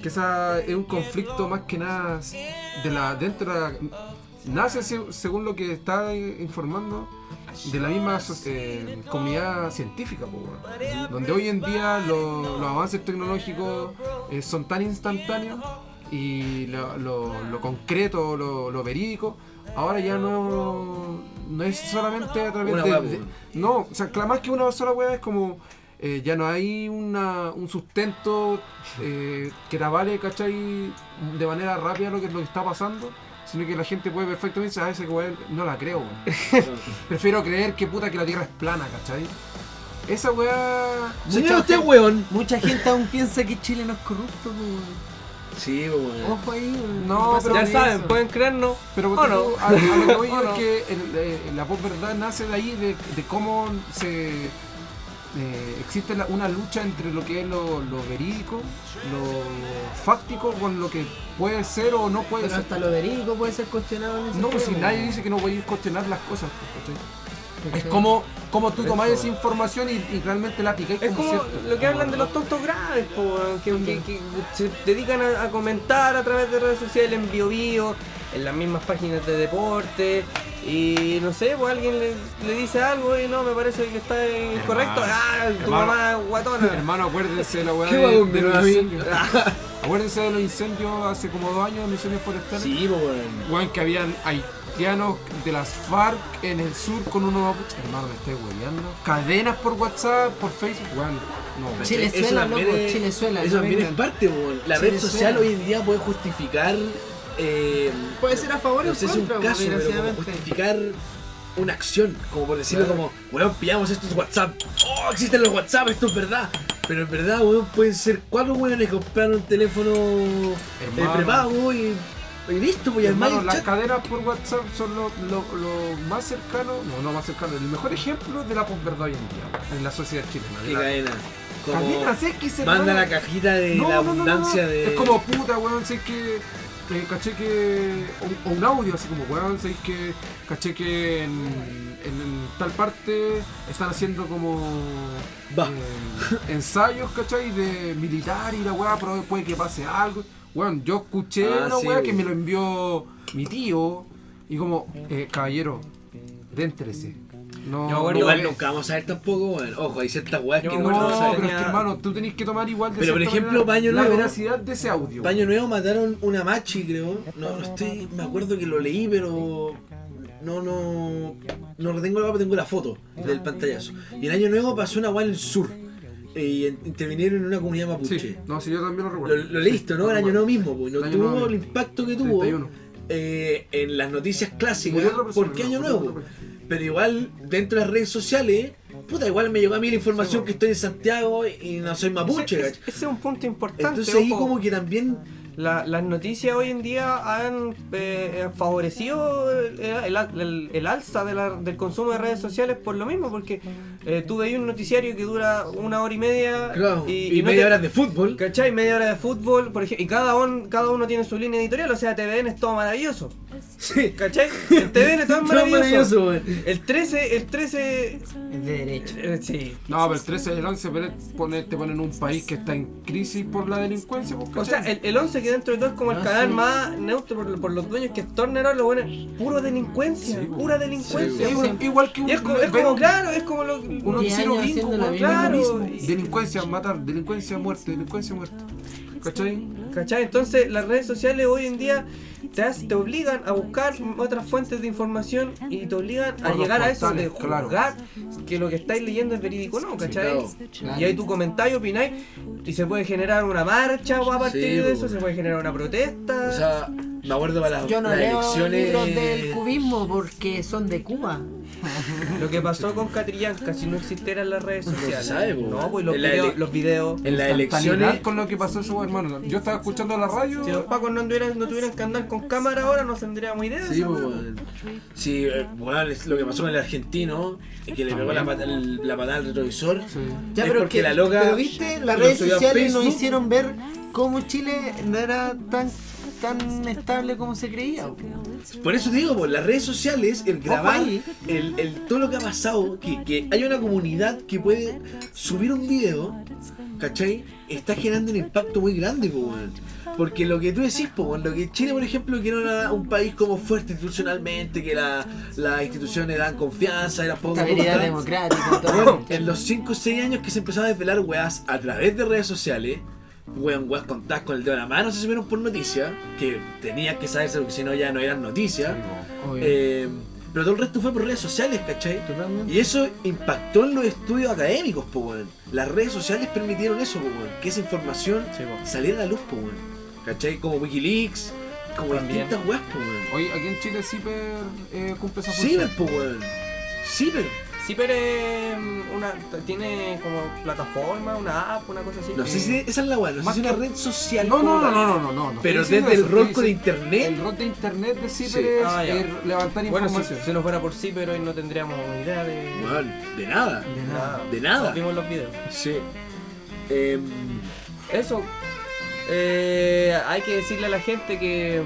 G: que esa es un conflicto más que nada de la dentro de la, nace se- según lo que está eh, informando de la misma so- eh, comunidad científica, pues, güey. donde hoy en día lo- los avances tecnológicos eh, son tan instantáneos y lo, lo- lo concreto, lo, lo verídico, ahora ya no, no es solamente a través
F: Una
G: de,
F: weá,
G: de-
F: pues.
G: No, o sea, cla- más que una sola weá es como... eh, ya no hay una, un sustento eh, que te avale, ¿cachai? De manera rápida lo que, lo que está pasando, sino que la gente puede perfectamente decir, a ese weá no la creo. weón". Prefiero creer que puta que la Tierra es plana, ¿cachai? Esa weá...
F: Señor, usted es weón.
I: Mucha gente aún piensa que Chile no es corrupto, pues.
F: Sí, pues, weón.
G: Oh,
I: Ojo ahí, weón.
G: No,
I: ¿Qué pasa
G: pero
E: Ya
I: con
E: saben,
I: eso?
E: pueden creernos.
G: Pero
E: ¿O
G: porque
E: no?
G: tú- a, a lo que
E: <laughs>
G: voy
E: ¿O
G: es
E: no?
G: que el- eh, la posverdad nace de ahí, de, de cómo se eh, existe la- una lucha entre lo que es lo, lo verídico, lo fáctico, con lo que puede ser o no puede
I: Pero
G: ser.
I: hasta lo verídico puede ser cuestionado en ese
G: No, pues si
I: tema,
G: nadie
I: weón.
G: dice que no voy a cuestionar las cosas. pues, ¿cachai? Es
I: ¿Cachai?
G: como, como tú tomás
I: Eso.
G: esa información y, y realmente la aplicáis
E: Es como
G: cierto. ah,
E: lo que hablan de los tontos graves, po, weón, que, que- que se dedican a, a comentar a través de redes sociales, en BioBio, en las mismas páginas de deporte. Y no sé, pues alguien le, le dice algo y no, me parece que está incorrecto. Ah, tu
G: Hermano.
E: mamá es guatona.
G: Hermano, acuérdense de la weá
F: ¿Qué
G: de,
F: va,
G: de
F: hombre,
G: los
F: mami?
G: incendios. <laughs> acuérdense de los incendios hace como dos años, los incendios forestales.
F: Sí, pues, weón.
G: Weón, que habían haitianos de las FARC en el sur con unos mapuches. Hermano, me estoy hueveando. Cadenas por WhatsApp, por Facebook. Weón, no, weón.
I: Sí. Chilezuela,
F: Eso también
I: loco,
F: es-
I: Chilezuela,
F: Eso
I: no
F: también es
I: vengan.
F: parte, weón. La red
I: Chilezuela.
F: social hoy en día puede justificar. eh,
I: Puede ser a favor o
F: no
I: en
F: sé si Este un
I: contra,
F: caso, pero como
I: desgraciadamente.
F: justificar una acción, como por decirlo como, weón, pillamos estos WhatsApp, oh, existen los WhatsApp, esto es verdad, pero en verdad, weón, pueden ser cuatro weones que compraron un teléfono eh,
G: Hermano.
F: prepago y, y listo, pues y
G: Hermano,
F: armar el
G: las
F: chat.
G: cadenas por WhatsApp son lo, lo- lo más cercano, no, no más cercano, el mejor ejemplo de la posverdad hoy en día, en la sociedad chilena.
F: Qué
G: La-
F: cadena. Como
G: Cadenas X,
F: manda
G: hermano.
F: la cajita de
G: No,
F: la
G: no, no, no, no.
F: abundancia de.
G: Es como puta, weón, sé que. eh, caché que. O, o un audio así como, weón, sé que. Caché que en, en- en tal parte están haciendo como.
F: Va.
G: eh, ensayos, cachai, de militar y la weá, pero puede que pase algo. Weón, yo escuché
F: Ah,
G: una
F: sí,
G: weá que
F: weón.
G: me lo envió mi tío y como, eh, caballero, déntrese.
E: Yo
G: No,
E: me acuerdo
F: Igual
G: no,
F: nunca vamos a ver tampoco, weón. Ojo, hay ciertas weas que
E: Yo
F: no
E: me
G: no,
E: acuerdo
F: vamos a ver.
G: pero es que
E: tenía-
G: hermano, tú tenés que tomar igual de
F: Pero, por
G: cierta
F: ejemplo,
G: manera
F: Baño
G: la
F: Nuevo-
G: veracidad de ese audio.
F: Paño Nuevo mataron una machi, creo. No, no estoy. Me acuerdo que lo leí, pero. No, no. No retengo la pero tengo la foto del pantallazo. Y en Año Nuevo pasó una guay en el sur. eh, Y en- intervinieron en una comunidad mapuche.
G: Sí, no, sí, yo también lo
F: Lo,
G: recuerdo.
F: lo leíste, ¿no? El año nuevo mismo, pues. No
G: El año
F: tuvo
G: nuevo
F: el
G: mismo.
F: impacto que tuvo
G: 31.
F: eh, en las noticias clásicas.
G: Murió otra persona,
F: porque
G: ¿no?
F: año
G: Murió
F: nuevo?
G: otra
F: Pero igual, dentro de las redes sociales, puta, igual me llegó a mí la información que estoy en Santiago y no soy mapuche,
E: Ese,
F: ¿cachai?
E: ese es un punto importante.
F: Entonces ahí
E: ojo.
F: como que también
E: La- las noticias hoy en día han eh, favorecido el, el- el- el alza de la- del consumo de redes sociales por lo mismo, porque eh, tú veis un noticiario que dura una hora y media
F: Claro, y,
E: no
F: media
E: te-
F: hora de fútbol.
E: ¿Cachai? Media hora de fútbol, por ejemplo, y cada, on- cada uno tiene su línea editorial, o sea, TVN es todo maravilloso.
F: Sí,
E: ¿Cachai? El TVN todo es
F: <laughs> todo
E: maravilloso.
F: maravilloso, weón.
E: El 13, el 13...
I: Es de derecha.
E: eh, sí.
G: No, pero el 13 y el 11 pero es poner- te ponen un país que está en crisis por la delincuencia. pues,
E: O sea,
G: ¿cachai?
E: el, el 11 que dentro de todo es como el
I: No,
E: canal
I: sí.
E: más neutro por, por los dueños que es Turner, ahora, lo bueno, es pura delincuencia,
G: Sí,
E: pura
G: Sí,
E: delincuencia.
G: igual- igual que un,
E: Y es como, es
G: ver
E: como,
G: un-
E: claro, es como lo...
G: un
I: Diez
G: noticiero
I: años
G: gringo,
I: haciendo la
G: pues,
I: misma
G: claro.
E: misma.
G: Delincuencia, matar, delincuencia, muerte, delincuencia, muerte. ¿Cachai?
E: ¿Cachai? Entonces las redes sociales hoy en día te, hace- te obligan a buscar otras fuentes de información y te obligan a
G: Por los
E: llegar a eso de
G: portales, claro.
E: juzgar que lo que estáis leyendo es verídico o no, ¿cachai?
I: claro.
E: Y ahí tú comentáis, opináis y se puede generar una marcha o a partir
F: Sí,
E: de
F: po.
E: eso, se puede generar una protesta.
F: O sea, me acuerdo para las,
I: Yo no
F: las
I: leo
F: elecciones.
I: libros del cubismo porque son de Cuba.
E: lo que pasó con Catrillanca si no existieran las redes sociales.
F: sabe, po.
E: no, pues los,
F: En la
E: video-
F: ele-
E: los videos.
F: En las
G: Tanidad
F: elecciones.
G: con lo que pasó eso, hermano. Yo estaba escuchando la radio.
E: Si los pacos no tuvieran, no tuvieran que andar con cámara ahora, no tendríamos idea.
F: Sí, pues, weón. Sí, eh, weón, es lo que pasó con el argentino, eh, que le pegó la, pata- el- la patada al retrovisor.
I: Ya,
F: es
I: pero
F: porque
I: que-
F: la loca.
I: Pero viste, las
F: lo
I: redes
F: subió a
I: sociales nos
F: Facebook.
I: hicieron ver cómo Chile no era tan tan estable como se creía.
F: Por eso te digo, por las redes sociales, el grabar, el, el- todo lo que ha pasado, que, que hay una comunidad que puede subir un video, ¿cachai? Está generando un impacto muy grande, po, weón. Porque lo que tú decís, po, weón, lo que Chile, por ejemplo, que era una- un país como fuerte institucionalmente, que la- las instituciones dan confianza, era poco
I: Estabilidad
F: corrupta.
I: democrática, todo.
H: <coughs>
F: Weón, en los 5 o 6 años que se empezaba a desvelar weas a través de redes sociales, weón, weas contadas con el dedo de la mano se subieron por noticias, que tenías que saberse porque si no ya no eran noticias. Eh, pero todo el resto fue por redes sociales, ¿cachai? Y eso impactó en los estudios académicos, po, weón. Las redes sociales permitieron eso, po, weón. Que esa información saliera a la luz, po, weón. ¿Cachai? Como Wikileaks, como distintas weas, po, weón.
G: Oye, aquí en Chile Ciper eh, cumple esa función.
F: Ciber, po, weón. Ciber.
E: Zipper es em, una, tiene como plataforma, una app, una cosa así.
F: No
E: que-
F: sé si esa es la weá, no sé
G: Más
F: si es
G: que-
F: una red social.
G: No,
F: como
G: no, no,
F: tal.
G: no, no, no, no, no
F: Pero
G: estoy diciendo
F: desde el
G: eso, estoy
F: rol con
G: diciendo-
F: internet.
G: El rol de internet de Zipper
F: Sí.
G: es
E: Ah, ya.
G: eh, levantar
E: Bueno, si,
G: información.
E: si no fuera por Zipper hoy no tendríamos idea de,
F: Weón, de nada.
E: de nada.
F: De nada.
E: No, vimos los videos.
F: Sí. Em,
E: Eso. eh, hay que decirle a la gente que,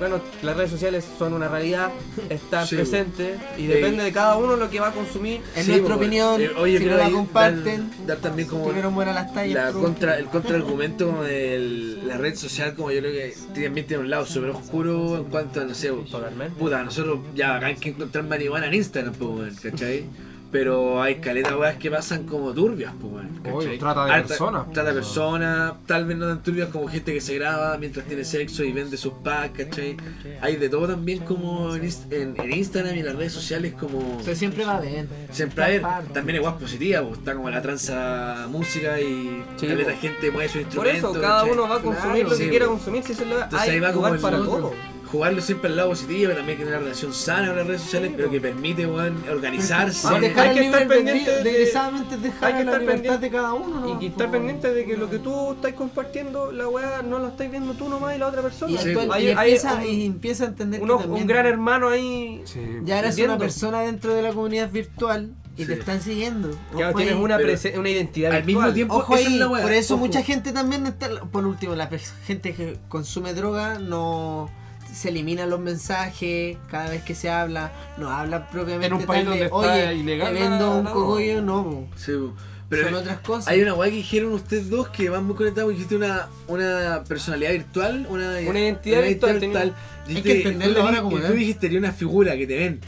E: bueno, las redes sociales son una
F: <laughs>
E: realidad, están
F: Sí,
E: presentes y
F: Eh,
E: depende de cada uno lo que va a consumir.
H: En
F: sí,
H: nuestra
F: weón.
H: opinión,
F: Eh, oye,
H: si no
F: pero
H: la
F: ahí
H: comparten,
F: Dar, dar también como
H: tuvieron buenas las tallas.
F: la
H: pero-
F: contra, el contraargumento como de la red social, como yo creo que también tiene un lado súper oscuro en cuanto a, no sé,
E: Totalmente.
F: puta, nosotros ya acá hay que encontrar marihuana en Instagram, pues, weón, ¿cachai? Pero hay caleta weas que pasan como turbias, pues, weón, ¿cachai?
G: Obvio, trata de
F: Harta-
G: personas.
F: Trata de personas, tal vez no tan turbias como gente que se graba mientras tiene sexo y vende sus packs, ¿cachai? Hay de todo también como en, inst- en- en Instagram y en las redes sociales como...
I: Pero siempre va a haber.
F: Siempre a ver, también es guas positiva, pues, está como la tranza música y
E: Sí,
F: caleta
E: pues.
F: gente mueve su
E: Por
F: instrumento.
E: eso, cada
F: ¿cachai?
E: uno va a consumir lo que
F: sí,
E: quiera
F: weón.
E: consumir, si eso es lo
F: Entonces
E: hay
F: ahí va como
E: lugar
F: el
E: para
F: otro.
E: todo.
F: Jugarlo siempre al lado positivo, pero también que tener una relación sana con las redes sociales, pero
E: pues.
F: que permite weón, organizarse.
H: Ah,
E: Hay
H: dejar
E: que
H: el
E: estar
H: nivel de-
E: pendiente de-
H: desgraciadamente dejar
E: hay que
H: la
E: estar
H: libertad
E: pendiente-
H: de cada uno. ¿no?
E: Y, y estar
H: Como-
E: pendiente de que lo que tú estás compartiendo, la weá no lo estás viendo tú nomás y la otra persona.
H: Y,
F: Sí,
H: actual-
E: pues, Hay-
H: y
E: hay
H: empieza,
E: un-
H: y empieza a entender
E: un,
H: que
E: ojo- un
H: también
E: gran hermano ahí.
G: Sí.
H: ya eres
E: Entiendo.
H: una persona dentro de la comunidad virtual y te
F: Sí.
H: están siguiendo.
E: Claro,
H: Ojo
E: tienes
H: ahí.
E: una,
F: pero-
E: prese- una identidad
F: al mismo
E: virtual.
F: tiempo,
H: Ojo
F: esa
H: ahí,
F: es la weá,
H: por eso
F: ojo.
H: mucha gente también está, por último, la pe- gente que consume droga no se eliminan los mensajes cada vez que se habla, no habla propiamente
G: En un país
H: tal de,
G: donde está
H: oye,
G: ilegal
H: te
G: la-
H: vendo un
G: la droga".
H: cogollo, no, po.
F: Sí, po. pero
H: son otras cosas.
F: hay una weá que dijeron ustedes dos que van muy conectados, porque dijiste una, una personalidad virtual, una,
E: Una identidad virtual,
F: Dijiste-
H: Hay que entenderlo
F: tú
H: ahora
F: dijiste-
H: como
F: Tú
H: es.
F: dijiste, tenía una figura que te ven.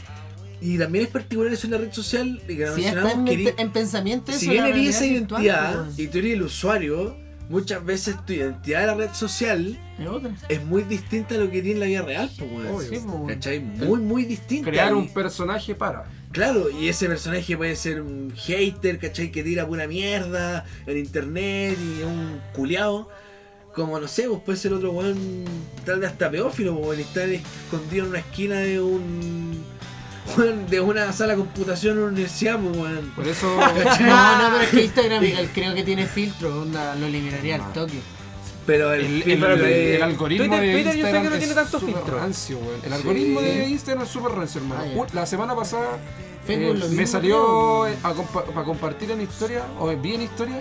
F: Y también es particular eso en la red social, y que lo
H: si ya está
F: mencionamos,
H: en,
F: que eres-
H: en pensamiento eso,
F: si bien
H: la
F: eres esa
H: realidad virtual, pues,
F: identidad
H: po,
F: y tú eres el usuario, muchas veces tu identidad de la red social
H: es otra.
F: es muy distinta a lo que tiene en la vida real, po, weón.
H: Obvio. Sí, po, weón.
F: ¿Cachai? Muy, muy distinta.
G: Crear
F: Y-
G: un personaje para.
F: Claro, y ese personaje puede ser un hater, ¿cachai? Que tira pura mierda en internet y es un culiao. Como no sé, pues puede ser otro weón, tal vez hasta pedófilo, o estar escondido en una esquina de un. weón, de una sala de computación en una universidad, pues weón.
E: <laughs>
G: Por eso.
H: No, no, pero es que Instagram igual creo que tiene filtro, onda, lo eliminaría al toque.
F: Pero el.
G: El, el- el-
F: el-
G: el algoritmo
E: Twitter-
G: de
E: Twitter yo sé
G: Instagram
E: que no tiene
G: es
E: tanto
G: súper
E: filtro.
G: rancio, weón. El algoritmo
H: Sí.
G: de Instagram es súper rancio, hermano.
H: Ah, ya.
G: Uh, La semana pasada
H: Facebook
G: eh,
H: lo
G: me
H: mismo,
G: salió eh, a compa- para compartir en historia, o vi en historia,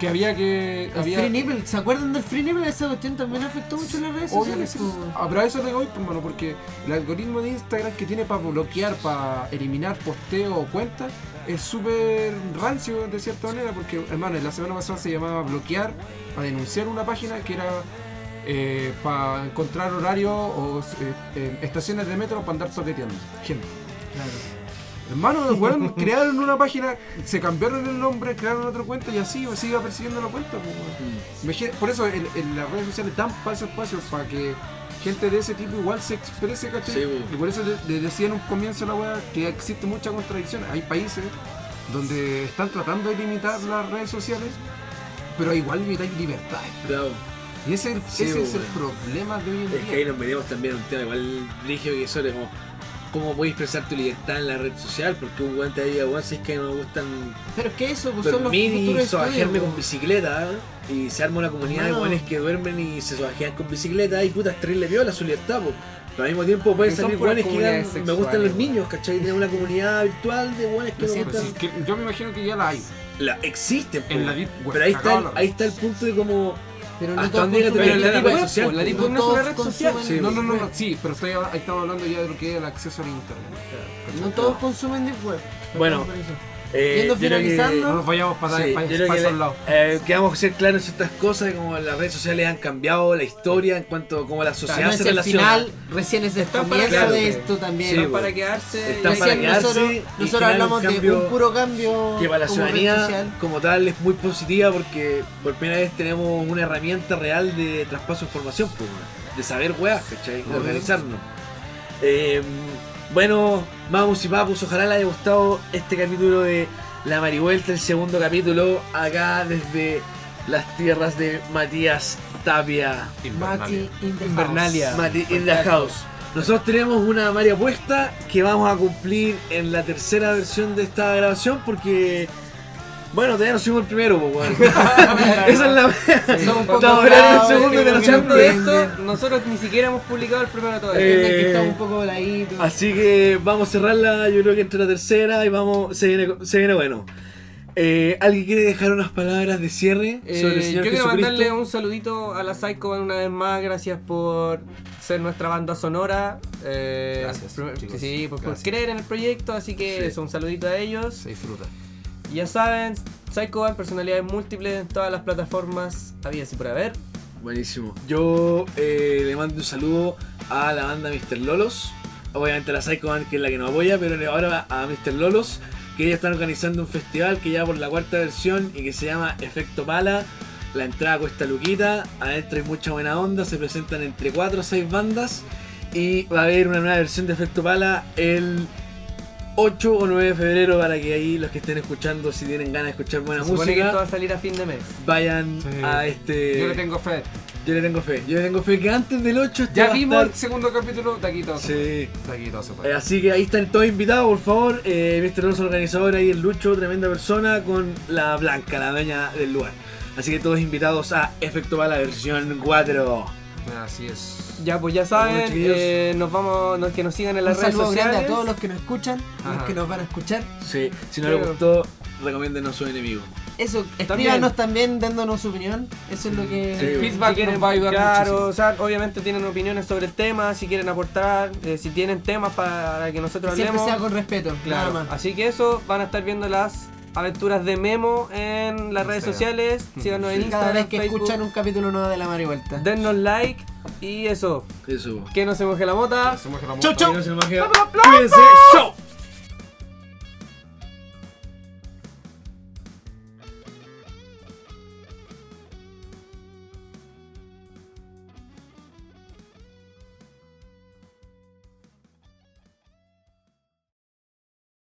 G: que había que...
H: El
G: Había,
H: free nipple, ¿se acuerdan del free nipple? Esa cuestión también afectó mucho las redes
G: Obvio que
H: sociales.
G: sí.
H: po.
G: Ah, pero a eso te voy, pues, hermano, porque el algoritmo de Instagram que tiene para bloquear, para eliminar posteo o cuentas, es súper rancio de cierta manera, porque, hermano, la semana pasada se llamaba bloquear, para denunciar una página que era para encontrar horario o eh, eh, estaciones de metro para andar toqueteando. Gente. Hermano,
F: <laughs>
G: los weón crearon una página, se cambiaron el nombre, crearon otro cuento y así se iba persiguiendo la cuenta. pues, weón.
F: Mm.
G: Imagina- Por eso en, en las redes sociales dan falsos espacios para que gente de ese tipo igual se exprese, ¿cachai?
F: Sí, weón.
G: y por eso le, le decía en un comienzo a la weá que existe mucha contradicción. Hay países donde están tratando de limitar las redes sociales, pero igual limitan libertades.
F: Claro.
G: Y ese,
F: Sí,
G: ese es el
F: weón.
G: problema de hoy en
F: Es
G: día.
F: que ahí nos metemos también en un tema igual rígido que sobre como cómo puedes expresar tu libertad en la red social, porque un guante ahí, weón, si es que me gustan
H: Pero es que eso, pues, son los
F: dormir y
H: futuros
F: sobajearme
H: estudios, pues.
F: con
H: po.
F: bicicleta ¿eh? y se arma una comunidad de
H: Hermano.
F: guanes que duermen y se sobajean con bicicleta y putas tres le viola su libertad, po. Pero al mismo tiempo pueden
G: Que son
F: salir
G: puras
F: guanes que
G: comunidades
F: digan, me gustan los
G: sexuales,
F: niños, ¿cachai? Tienen una comunidad virtual de guanes que
H: Lo
F: no
H: siento.
G: Pues
F: gustan.
G: es que yo me imagino que ya la hay.
F: La, existen, po.
G: En la deep web,
F: Pero ahí está, el,
G: cagado la
F: ahí está el punto de como
H: Pero no
F: hasta
H: todos
F: dónde llega tu
H: consumen-
F: libertad en la red
E: web,
F: social.
H: pues,
E: po, la
F: po,
E: deep web
F: weón.
E: no es una
H: todos
E: red social.
H: consumen-
F: Sí,
G: No, no, no, no, sí, pero estoy, ahí estamos hablando ya de lo que es el acceso al internet.
H: No todos consumen de web.
F: Bueno, eh,
H: Yendo
F: yo creo que-
H: finalizando,
G: No nos vayamos para
F: Sí, yo creo que
G: esos lados.
F: eh, que vamos a ser claros en ciertas cosas, de cómo las redes sociales han cambiado la historia en cuanto a cómo la sociedad
H: no es
F: se
H: el
F: relaciona.
H: final, recién es el
E: Están
H: comienzo
E: para-
H: de
E: claro.
H: esto también.
F: Sí,
E: Están
F: bueno.
E: para quedarse.
F: Están
E: y
F: para
E: hay que-
H: Recién nosotros
F: quedarse y
H: nosotros
F: generar un
H: hablamos de
F: cambio
H: un puro cambio
F: que para la
H: como red
F: ciudadanía
H: social.
F: como tal es muy positiva porque por primera vez tenemos una herramienta real de traspaso de información, pues, weón. de saber weas, ¿cachai? De organizarnos. Eh, bueno, vamos y papus, ojalá les haya gustado este capítulo de La Marivuelta, el segundo capítulo, acá desde las tierras de Matías Tapia.
H: Mati in the house.
E: Invernalia.
F: Mati in the house. Nosotros tenemos una María puesta que vamos a cumplir en la tercera versión de esta grabación porque. Bueno, todavía no subimos el primero,
E: <laughs>
F: pues, weón. Esa es la.
E: Somos un poco
F: Estamos esperando el
E: bravos,
F: segundo que
E: pero
F: nos
E: escuchando
F: entiende.
E: esto, nosotros ni siquiera hemos publicado el primero todavía.
F: Eh,
I: que está un poco voladito.
F: Así que vamos a cerrarla, yo creo que entre la tercera y vamos. Se viene, se viene bueno. Eh, ¿Alguien quiere dejar unas palabras de cierre
E: Eh,
F: sobre el Señor
E: yo quiero
F: Jesucristo?
E: mandarle un saludito a la Psycho Band una vez más. Gracias por ser nuestra banda sonora. eh,
G: Gracias,
E: por-
G: chicos.
E: sí, por, por
G: Gracias.
E: creer en el proyecto. Así que
G: Sí.
E: eso, un saludito a ellos.
G: Se disfruta.
E: Ya saben, Psycho Band, personalidades múltiples en todas las plataformas. Había así por haber.
F: Buenísimo. Yo eh, le mando un saludo a la banda Mr. Lolos. Obviamente a la Psycho Band, que es la que nos apoya, pero le- ahora a Mr. Lolos, que ya están organizando un festival que ya por la cuarta versión y que se llama Efecto Pala. La entrada cuesta Luquita, adentro hay mucha buena onda, se presentan entre 4 o 6 bandas y va a haber una nueva versión de Efecto Pala el 8 o 9 de febrero para que ahí los que estén escuchando, si tienen ganas de escuchar buena
E: Se supone que esto va a
F: música,
E: salir a fin de mes.
F: vayan
G: Sí.
F: a este...
G: Yo le tengo fe.
F: Yo le tengo fe, yo le tengo fe que antes del 8 este
G: Ya
F: va a
G: vimos el
F: estar-
G: segundo capítulo, taquito.
F: Sí.
G: Taquito, se
F: Eh,
G: puede.
F: así que ahí están todos invitados, por favor. Eh, Mr. Ross, organizador, ahí el Lucho, tremenda persona, con la Blanca, la dueña del lugar. Así que todos invitados a Efecto Bala versión 4.
G: Así es.
E: Ya, pues ya saben,
F: Bueno, chiquillos.
E: eh, nos vamos, nos- que nos sigan
I: Un
E: en las redes
I: saludo grande
E: sociales.
I: a todos los que nos escuchan, a los
G: Ajá.
I: que nos van a escuchar.
F: Sí, si no le
E: Claro.
F: gustó, recomiéndenos su enemigo.
I: Eso, escríbanos también dándonos su opinión. Eso es lo que.
F: Sí.
G: Feedback
E: Si quieren,
G: nos va a ayudar
E: claro,
G: muchísimo.
E: o sea, obviamente tienen opiniones sobre el tema, si quieren aportar, eh, si tienen temas para que nosotros
I: Siempre
E: hablemos.
I: sea con respeto,
E: Claro.
I: nada más.
E: Así que eso, van a estar viendo las aventuras de Memo en las redes sociales. Síganos en Instagram,
I: Cada vez que
E: Facebook.
I: escuchan un capítulo nuevo de la Mari Vuelta.
E: Dennos like y eso.
F: Eso.
E: Que no se moje la mota.
G: Se mueve la
I: Chau,
G: moto.
I: chau.
F: Adiós, el magia. Cuídense. Chau.